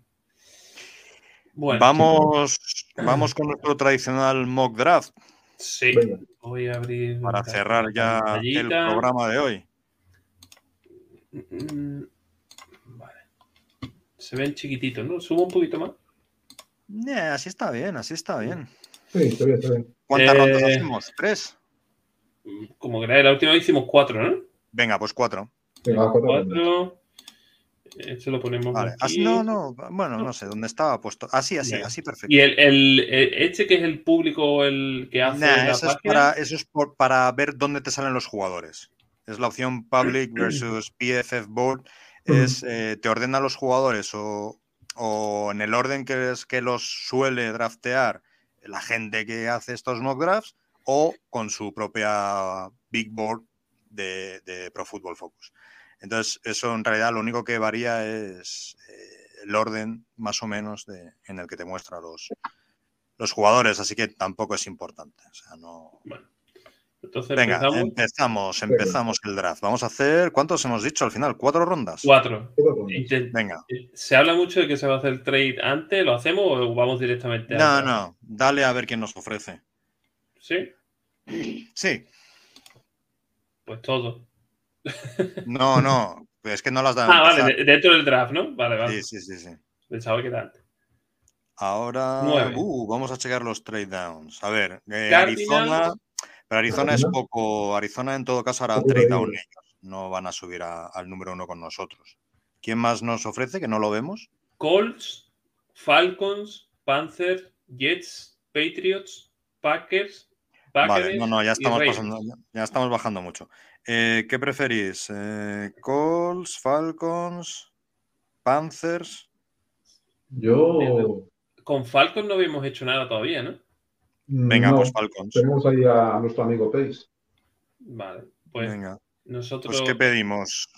Bueno,
vamos, vamos con nuestro tradicional mock draft
sí,
Venga.
voy a abrir
para
la
cerrar ya el
pantallita.
programa de hoy.
Mm, Vale. Se ven chiquititos, ¿no? Subo un poquito más.
Eh, así está bien, así está bien.
Sí, está bien, está bien.
¿Cuántas
Eh,
rondas hacemos? ¿Tres?
Mm, Como que la la última vez hicimos cuatro, ¿no?
Venga, pues cuatro.
Venga, cuatro rondas.
Cuatro. Esto lo ponemos
Vale.
aquí.
Así, Ah, no, no, bueno, no sé, dónde estaba puesto. Así, así,
Bien.
así, perfecto.
Y el, el- el- este que es el público, el que hace
Nah,
la
eso, es
página.
para, eso es por- para ver dónde te salen los jugadores. Es la opción public versus PFF board. Es, eh, te ordena los jugadores o, o en el orden que, es, que los suele draftear la gente que hace estos mock drafts o con su propia big board de, de Pro Football Focus. Entonces, eso en realidad lo único que varía es eh, el orden más o menos de- en el que te muestra los, los jugadores, así que tampoco es importante. O sea, no...
Bueno. Entonces
Venga,
empezamos.
empezamos, empezamos el draft. Vamos a hacer, ¿cuántos hemos dicho al final? ¿Cuatro rondas?
Cuatro.
Cuatro rondas.
Inten-
Venga.
Se habla mucho de que se va a hacer trade antes, ¿lo hacemos o vamos directamente
No,
a.?
no, dale a ver quién nos ofrece.
Sí,
Sí,
pues todo.
no, no, Es que no las dan.
Ah, vale, de- dentro del draft, ¿no? Vale, vale.
Sí, sí, sí, sí.
Pensaba que era antes.
Ahora
Nueve.
uh, vamos a checar los trade downs. A ver, eh,
Cardinals.
Arizona, pero Arizona es poco. Arizona en todo caso hará
Poco
trade
creíble.
down ellos. No van a subir a- al número uno con nosotros. ¿Quién más nos ofrece que no lo vemos?
Colts, Falcons, Panthers, Jets, Patriots, Packers,
Vale,
Buccaneers
no, no, ya
y
estamos
Ravens.
pasando, ya, ya estamos bajando mucho. Eh, ¿Qué preferís? Eh, ¿Colts, Falcons, Panthers?
Yo.
Con Falcons no habíamos hecho nada todavía, ¿no?
Venga,
mm, no,
pues Falcons.
Tenemos ahí a nuestro amigo Pace.
Vale, pues
Venga.
nosotros.
Pues ¿qué pedimos?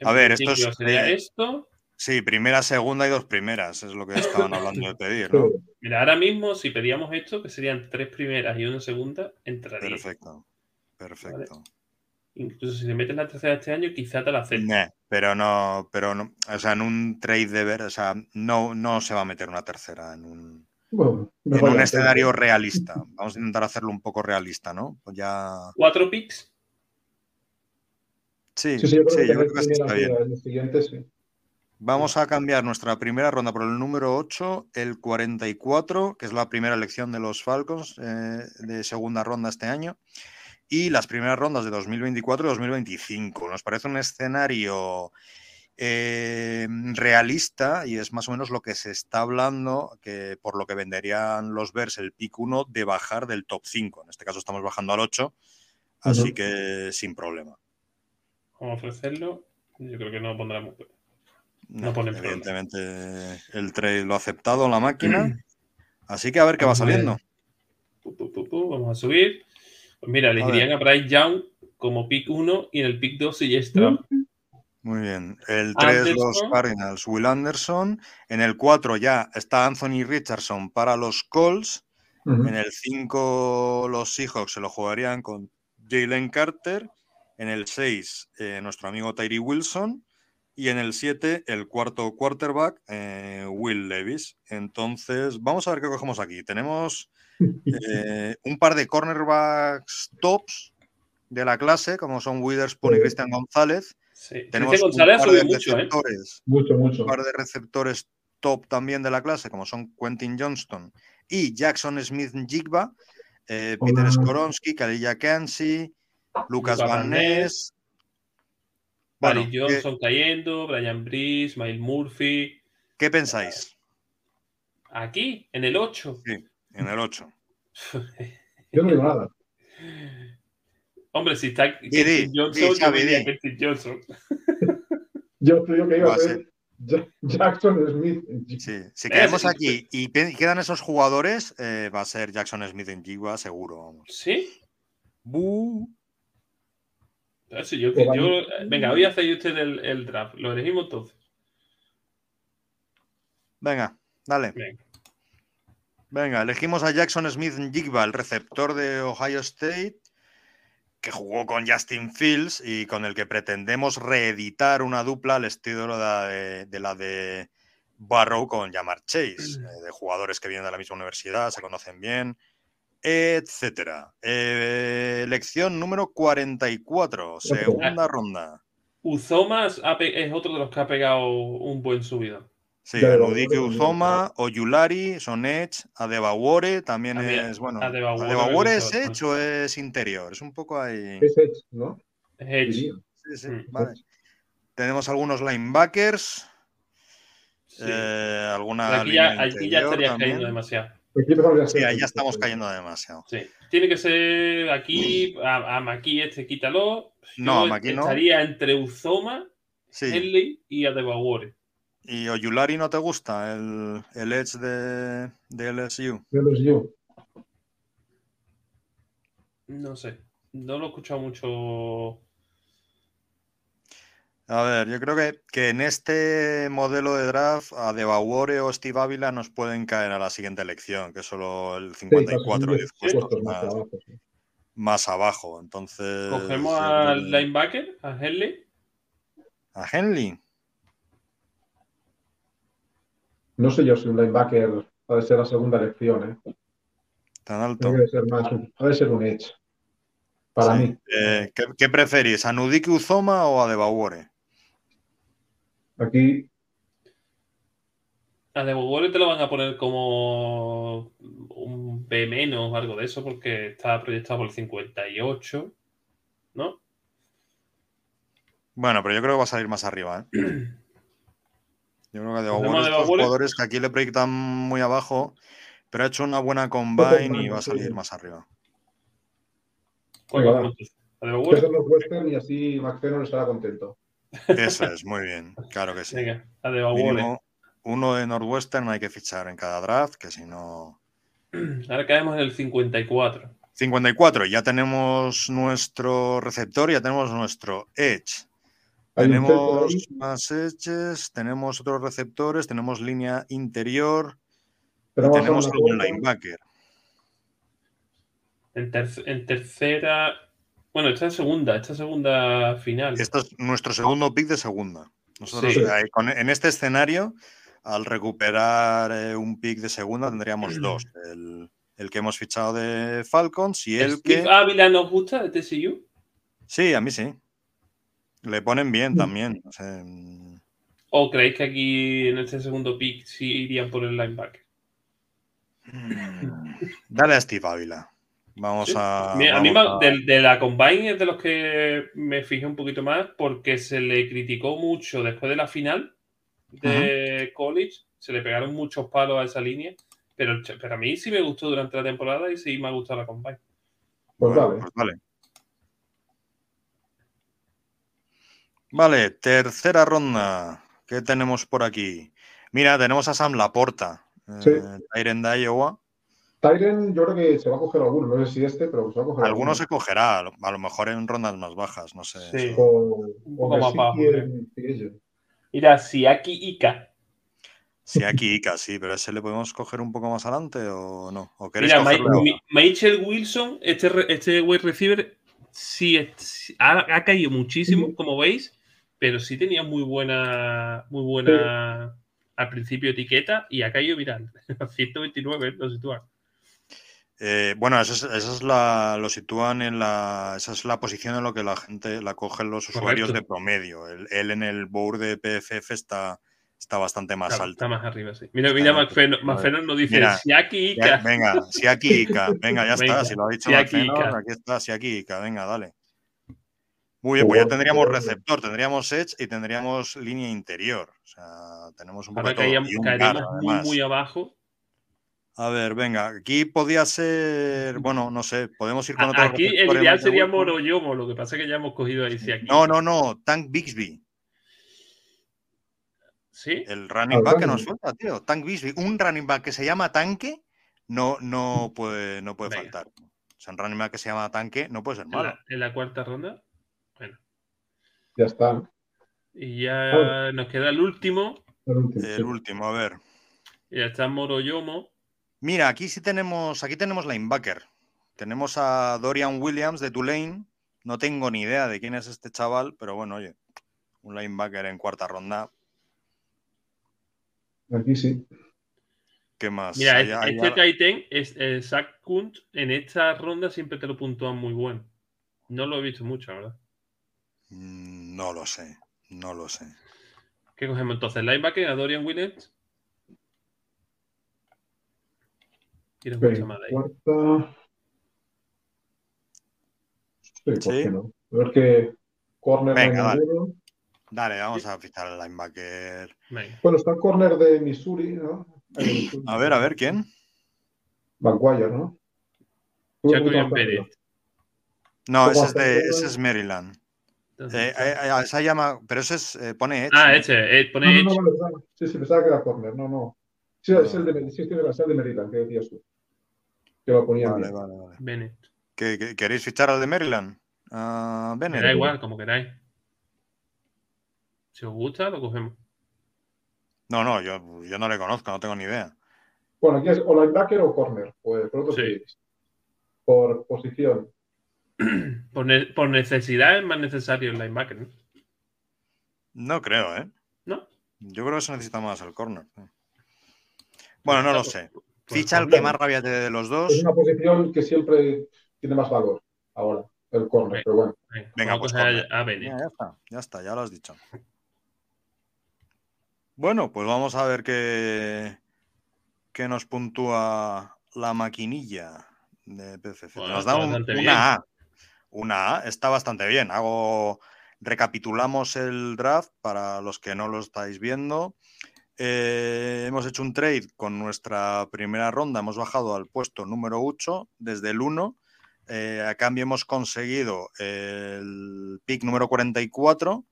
en
A ver, esto
principio
es-
sería
eh,
esto.
Sí, primera, segunda y dos primeras, es lo que estaban hablando de pedir, ¿no?
Mira, ahora mismo, si pedíamos esto, que serían tres primeras y una segunda, entraría.
Perfecto, perfecto.
Incluso si te metes la tercera este año, quizá te la acepten.
Nah, pero no, pero no, o sea, en un trade de ver, o sea, no, no se va a meter una tercera en un,
Bueno, me
en
vale
un
la
escenario realista. Vamos a intentar hacerlo un poco realista, ¿no? Pues ya.
Cuatro picks.
Sí,
pena. Sí, sí, yo creo que,
creo que sí está bien.
El siguiente, sí.
Vamos a cambiar nuestra primera ronda por el número 8, el 44, que es la primera elección de los Falcons eh, de segunda ronda este año, y las primeras rondas de 2024 y 2025. Nos parece un escenario eh, realista y es más o menos lo que se está hablando, que por lo que venderían los Bears el pick 1 de bajar del top 5. En este caso estamos bajando al 8, así
Ujú.
que sin problema.
Vamos a ofrecerlo. Yo creo que no pondrá mucho.
No,
No pone problema.
evidentemente el trade lo ha aceptado la máquina. Así que a ver qué va saliendo.
Pu, pu, pu, pu, Vamos a subir. Pues mira, elegirían a, Bryce Young como pick 1 y en el pick 2 y Stroud.
Muy bien.
Ah,
El 3 los
Anderson.
Cardinals, Will Anderson. En el 4 ya está Anthony Richardson para los Colts.
Ujú.
En el 5 los Seahawks se lo jugarían con Jalen Carter. En el 6 nuestro amigo Tyree Wilson. Y en el 7 el cuarto quarterback, eh, Will Levis. Entonces, vamos a ver qué cogemos aquí. Tenemos eh, un par de cornerbacks tops de la clase, como son Witherspoon y Cristian González.
Sí.
Tenemos
Cristian González
un par de
sube mucho, ¿eh?
receptores,
Mucho, mucho.
un par de receptores top también de la clase, como son Quentin Johnston y Jackson Smith Jigba, eh, Peter
Hola.
Skoronsky, Kalilla Kansi, Lucas
Lucas
Van
Van
Ness.
Barry
Bueno, ¿qué,
Johnson cayendo, Brian Brees, Miles Murphy.
qué pensáis
Aquí, en el 8.
en el 8?
Yo no digo nada.
Hombre, si está
Didi,
Quentin Johnson,
di,
yo
Xavi,
diría
di.
Quentin Johnson.
Yo creo que iba
Va
a
a
ser Ja- Jackson Smith.
Sí, si
Eh,
quedamos
sí.
aquí y pe- quedan esos jugadores, eh, va a ser Jackson Smith en Jigba, seguro. vamos.
Sí.
Bu.
Eso, yo,
Pero
yo- venga, hoy hacéis usted el, el draft. Lo elegimos entonces.
Venga, dale.
Venga.
Venga, elegimos a Jackson Smith Jigba, el receptor de Ohio State, que jugó con Justin Fields y con el que pretendemos reeditar una dupla al estilo de la de, de la de Barrow con Jamar Chase, eh, de jugadores que vienen de la misma universidad, se conocen bien, etcétera. Eh, elección número 44, segunda ronda.
Uzomas ha pe- es otro de los que ha pegado un buen subido.
Sí,
Ya, pero
Anudike
bueno,
Uzoma, Oyulari, Sonech, Adebawore, también
Ade-
es, bueno,
Adebawore
Adebawore,
me
es
gusta bastante.
hecho, es interior, es un poco ahí.
Es Edge, ¿no?
Es Edge.
Eh,
Diría.
Sí, sí,
Mm.
vale. Tenemos algunos linebackers,
Sí.
eh, alguna
aquí
línea
ya, aquí ya
interior
estarías
también.
cayendo demasiado.
Aquí empezamos a
Sí,
ser-
ahí ya estamos cayendo demasiado.
Sí. Tiene que ser aquí, a, a Maki este, quítalo.
No, a
Yo
Maki no.
Estaría entre Uzoma,
Sí,
Henley y Adebawore.
y Oyulari no te gusta, el, el edge de, de LSU.
Yo los llevo.
No sé. No lo he escuchado mucho.
A ver, yo creo que, que en este modelo de draft, a Debawore o Steve Ávila nos pueden caer a la siguiente elección, que es solo el
Sí, para
54
subir
diez
puestos
puestos
más
más,
abajo, sí.
más abajo. Entonces,
Cogemos
yo
al
creo que-
linebacker, a Henley.
a Henley.
No sé yo si un linebacker ha de ser la segunda elección, ¿eh?
Tan alto.
Debe ser más, un- ha de ser un Edge. Para
Sí.
mí.
Eh, ¿qué, qué preferís? ¿A Nudiki Uzoma o a Debawore?
Aquí
A de Bobole te lo van a poner como un B menos o algo de eso, porque está proyectado por el 58, ¿no?
Bueno, pero yo creo que va a salir más arriba. ¿eh? Yo creo que de
Problema
Bobol
de
estos
Bobol es-
jugadores que aquí le proyectan muy abajo, pero ha hecho una buena combine y
combine,
va a salir
sí.
más arriba.
¿Cuál
Venga, va.
vamos entonces? ¿La de Bobol?
Pesan los western y así McFerrin estará contento.
Eso es, muy bien, claro que sí.
Venga, la de
Mínimo,
Bobole.
uno de Northwestern hay que fichar en cada draft, que si no.
Ahora caemos en el 54.
54, ya tenemos nuestro receptor, ya tenemos nuestro edge.
Hay un centro
Tenemos
ahí,
más edges, tenemos otros receptores, tenemos línea interior, y
tenemos a
tenemos
una
algún
puerta.
linebacker.
En, ter- en tercera. Bueno, esta es segunda, esta es segunda final.
Este es nuestro segundo pick de segunda. Nosotros
Sí.
eh, con- en este escenario, al recuperar eh, un pick de segunda, tendríamos dos. El, el que hemos fichado de Falcons y el
Steve
que.
Ávila nos gusta de TCU.
Sí, a mí sí. Le ponen bien también. o sea, mm,
¿O creéis que aquí en este segundo pick sí irían por el linebacker?
mm, dale a Steve Ávila. Vamos
Sí.
a.
Mira, a mí
vamos
me-
a-
del- de, la Combine es de los que me fijé un poquito más porque se le criticó mucho después de la final de college. Se le pegaron muchos palos a esa línea. Pero, el ch- pero a mí sí me gustó durante la temporada y sí me ha gustado la Combine.
Pues
Bueno,
vale.
pues vale. Vale, tercera ronda. ¿Qué tenemos por aquí? Mira, tenemos a Sam Laporta, eh,
Sí.
Tyren de Iowa.
Tyren, yo creo que se va a coger alguno, no sé si este, pero se va a coger
Alguno se cogerá, a lo- a lo mejor en rondas más bajas, no sé.
Sí.
eso.
O,
Un
o
poco más
Gesicki
bajo,
en free agent.
Mira, si aquí Ica.
Sí, aquí Ica, sí, pero ese le podemos coger un poco más adelante o no. ¿O queréis
Mira, Ma-
cogerlo ahora?
Mi- Mitchell Wilson, este, re- este wide receiver, sí es- ha, ha caído muchísimo, como veis, pero sí tenía muy buena, muy buena al principio etiqueta y ha caído, mirad, a 129, lo sitúan.
Eh, bueno, esa es, esa es la, lo sitúan en la, esa es la posición en la que la gente la cogen los usuarios
Correcto.
de promedio. El- él en el board de PFF está, está bastante más
Claro,
alto.
está más arriba, sí. Mira, mira, McFerrin McFerrin nos dice,
Mira,
si aquí
Ya,
Ica.
venga, si aquí Ica, venga, ya
Venga,
está, si lo ha dicho
Siaki
Marcelo,
Ica.
aquí está, si aquí Ica, venga, dale. Muy bien, pues ya tendríamos receptor, tendríamos edge y tendríamos línea interior. O sea, tenemos un poco
Ahora
de todo.
caíamos-
y un
caeríamos
guard,
muy,
además.
muy abajo.
A ver, venga, aquí podía ser, bueno, no sé, podemos ir con otro
A- Aquí el
receptor en
ideal
Michael
sería
Wilson.
Moroyomo, lo que pasa es que ya hemos cogido ahí. Si aquí.
No, no, no, Tank Bixby.
¿Sí?
El running
Al
back que nos
running.
falta, tío. Tank Bisbee. Un running back que se llama tanque no, no puede, no puede
Venga.
faltar. O sea, un running back que se llama tanque no puede ser
En
malo.
la, en la cuarta ronda. Bueno.
Ya está.
Y ya
Bueno.
nos queda el último.
El último, sí.
El último, a ver.
Y ya está Moroyomo.
Mira, aquí sí tenemos, aquí tenemos linebacker. Tenemos a Dorian Williams de Tulane. No tengo ni idea de quién es este chaval, pero bueno, oye, un linebacker en cuarta ronda.
Aquí sí.
¿Qué más?
Mira,
Allá-
este-
allá-
este Titan, es, eh, Zach Kunt, en esta ronda siempre te lo puntúan muy bueno. No lo he visto mucho, la ¿verdad?
Mm, No lo sé, no lo sé.
¿Qué cogemos entonces? ¿Linebacker a Dorian Williams? Tienes mucha más de ahí.
Cuarta. Sí, ¿por
Sí.
qué no? A ver que corner
Venga,
de
vale.
ninguno.
Dale, vamos a fichar al linebacker.
Venga.
Bueno, está el corner de Missouri, ¿no? El de Missouri.
A ver, a ver, ¿quién?
Maguire, ¿no? Tuve mucho
Jacobian
más
Pérez.
No, ese
Como
es, de,
hacer-
ese es Maryland.
Entonces,
Eh, eh, eh, esa llama, pero ese es, eh, pone Edge.
ah,
¿no?
este, eh,
No,
pone
no, no,
Edge.
vale, vale. Sí, sí, pensaba que era corner, no, no. Sí, es el de, Mer- sí, es el de- es el de Maryland, que decías tú. Que lo ponía
Vale,
bien.
vale, vale.
Bennett.
¿Que- que- queréis fichar al de Maryland? Ah,
Me
Bennett.
da igual, como queráis. Si os gusta, lo cogemos.
No, no, yo, yo no le conozco, no tengo ni idea.
Bueno, aquí es o linebacker o corner, pues, por otros
Sí.
picks. Por posición.
Por, ne- por necesidad es más necesario el linebacker, ¿no?
No creo, ¿eh?
¿No?
Yo creo que se necesita más el corner. Bueno, no lo sé.
Pues,
Ficha al
hombre,
que más rabia te dé de los dos.
Es una posición que siempre tiene más valor ahora, el corner,
Ok.
pero bueno.
Venga,
Venga,
vamos
pues
a coger
corre.
a, a Bennett.
Ya, ya está, ya está, ya lo has dicho. Bueno, pues vamos a ver qué, qué nos puntúa la maquinilla de PCC.
Bueno,
nos
Pues está
da un-
bastante bien.
una A. Una A está bastante bien. Hago. Recapitulamos el draft para los que no lo estáis viendo. Eh, hemos hecho un trade con nuestra primera ronda. Hemos bajado al puesto número 8 desde el 1. Eh, a cambio hemos conseguido el pick número 44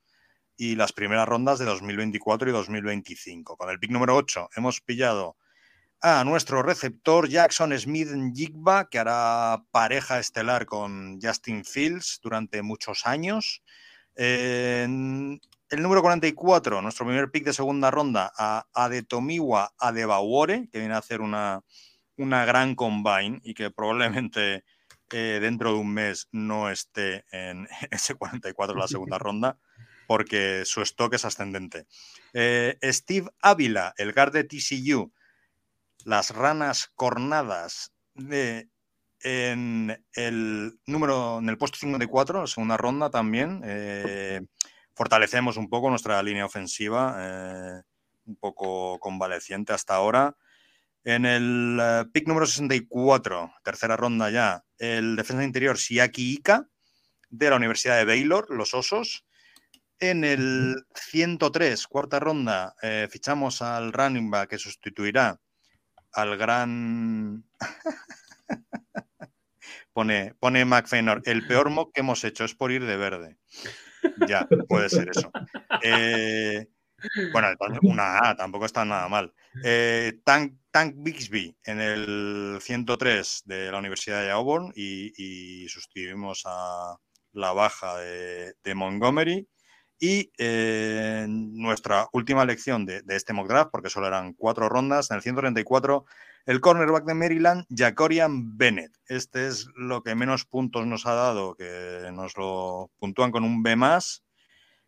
y las primeras rondas de 2024 y 2025. Con el pick número 8 hemos pillado a nuestro receptor Jackson Smith Jigba, que hará pareja estelar con Justin Fields durante muchos años. En el número 44, nuestro primer pick de segunda ronda, a Adetomiwa Adebawore, que viene a hacer una, una gran combine y que probablemente eh, dentro de un mes no esté en ese 44 de la segunda ronda, porque su stock es ascendente. Eh, Steve Ávila, el guard de TCU, las ranas cornadas de, en el número en el puesto 54, la segunda ronda también. eh, fortalecemos un poco nuestra línea ofensiva, eh, un poco convaleciente hasta ahora. En el eh, pick número 64, tercera ronda ya, el defensa interior Siaki Ika de la Universidad de Baylor, los Osos. En el 103, cuarta ronda, eh, fichamos al running back que sustituirá al gran. pone, pone McFenor, el peor mock que hemos hecho es por ir de verde. Ya, puede ser eso. Eh, bueno, entonces, una A tampoco está nada mal. Eh, Tank, Tank Bixby en el 103 de la Universidad de Auburn y, y sustituimos a la baja de, de Montgomery. Y eh, nuestra última lección de, de este mock draft, porque solo eran cuatro rondas, en el 134, el cornerback de Maryland, Jacorian Bennett. Este es lo que menos puntos nos ha dado, que nos lo puntúan con un B más.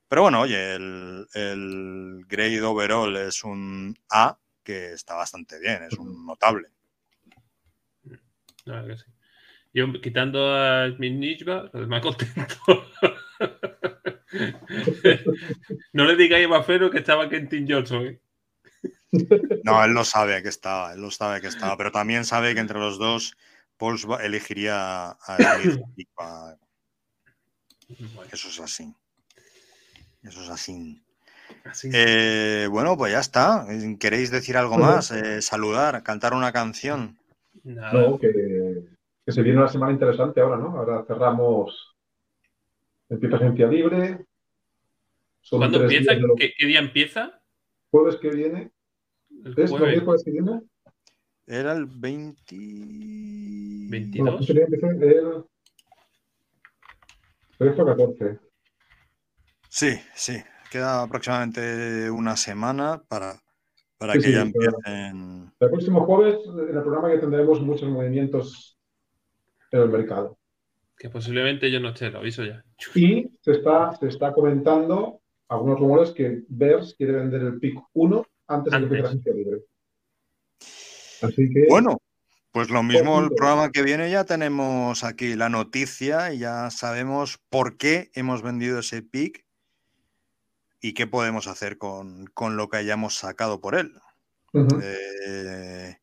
Pero bueno, oye, el, el grade overall es un A, que está bastante bien, es un notable.
La verdad que sí. Yo quitando a Minijba, lo demás contento. no le digáis a Mafero que estaba Kentin Johnson. ¿eh?
No, él lo sabe que estaba, él lo sabe que estaba, pero también sabe que entre los dos, Pauls va- elegiría a Smith y a-
Bueno,
Eso es así. Eso es así.
así.
Eh, bueno, pues ya está. ¿Queréis decir algo más? Eh, saludar, cantar una canción.
Nada.
No, que, que se viene una semana interesante ahora, ¿no? Ahora cerramos. Empieza agencia libre. Son
¿Cuándo
tres
empieza?
días de lo-
¿Qué, qué día empieza?
Jueves que viene.
El
¿Es
jueves.
domingo que viene?
Era el 20...
22.
No, pues sería empezar el 13 o 14.
Sí, sí. Queda aproximadamente una semana para, para
Sí,
que
sí,
ya
sí,
empiecen.
El próximo jueves, en el programa que tendremos muchos movimientos en el mercado.
Que posiblemente yo no esté, lo aviso ya.
Y se está, se está comentando algunos rumores que Bears quiere vender el pick 1 antes de que
Antes.
empiece la agencia libre. Así que,
Bueno, pues lo mismo el
Perfecto.
programa que viene ya tenemos aquí la noticia y ya sabemos por qué hemos vendido ese pick y qué podemos hacer con, con lo que hayamos sacado por él.
ujú,
Eh,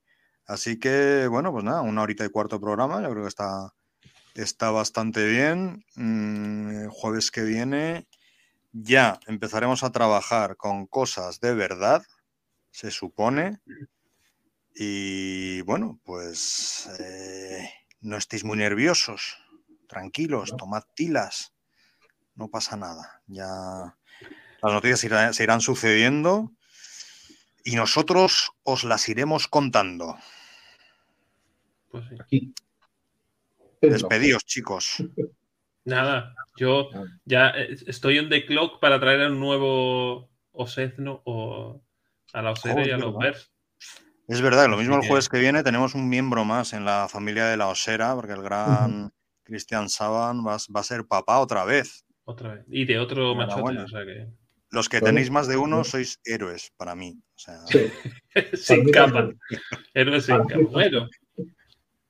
así que, bueno, pues nada, una horita y cuarto de programa, yo creo que está, está bastante bien. Mm, el jueves que viene ya empezaremos a trabajar con cosas de verdad, se supone. Y bueno, pues eh, no estéis muy nerviosos, tranquilos, tomad tilas, no pasa nada. Ya las noticias se irán- se irán sucediendo y nosotros os las iremos contando.
Pues sí.
es lo-
Despedíos, chicos.
Nada, yo
Ah.
ya eh, estoy on the clock para traer a un nuevo Osezno o a la Osera
Oh, es
y a los
verdad.
Bears.
Es verdad, lo mismo el
Sí.
jueves que viene tenemos un miembro más en la familia de la Osera, porque el gran Cristian Saban va, va a ser papá otra vez.
Otra vez. Y de otro machote.
Enhorabuena.
O sea que...
Los que
Bueno.
tenéis más de uno sois héroes para mí. O sea,
Sí,
sin
mí
capa.
también.
Héroe sin
Para mí
capa. Bueno.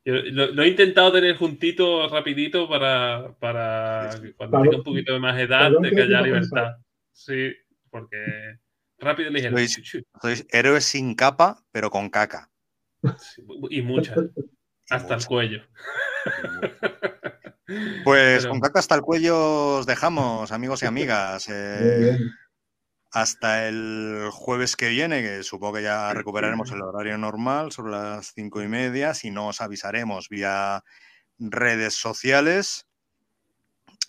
Yo lo, lo he intentado tener juntito rapidito para, para que cuando
Para-
tenga un poquito de más edad,
para
de
dónde
que haya
iba a
libertad. Sí, porque Rápido y ligero.
Sois, sois héroes sin capa, pero con caca.
Y muchas. Hasta el cuello.
Pues con caca hasta el cuello os dejamos, amigos y amigas. Eh, hasta el jueves que viene, que supongo que ya recuperaremos el horario normal sobre las cinco y media. Si no, os avisaremos vía redes sociales.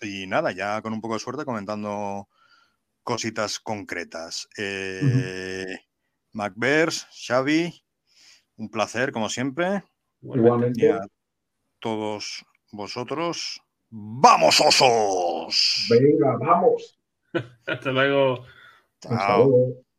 Y nada, ya con un poco de suerte comentando cositas concretas. Eh, uh -huh. Xavi, un placer como siempre.
Igualmente.
Y a todos vosotros. ¡Vamos, osos!
Venga, vamos.
Hasta luego.
Chao. Hasta luego.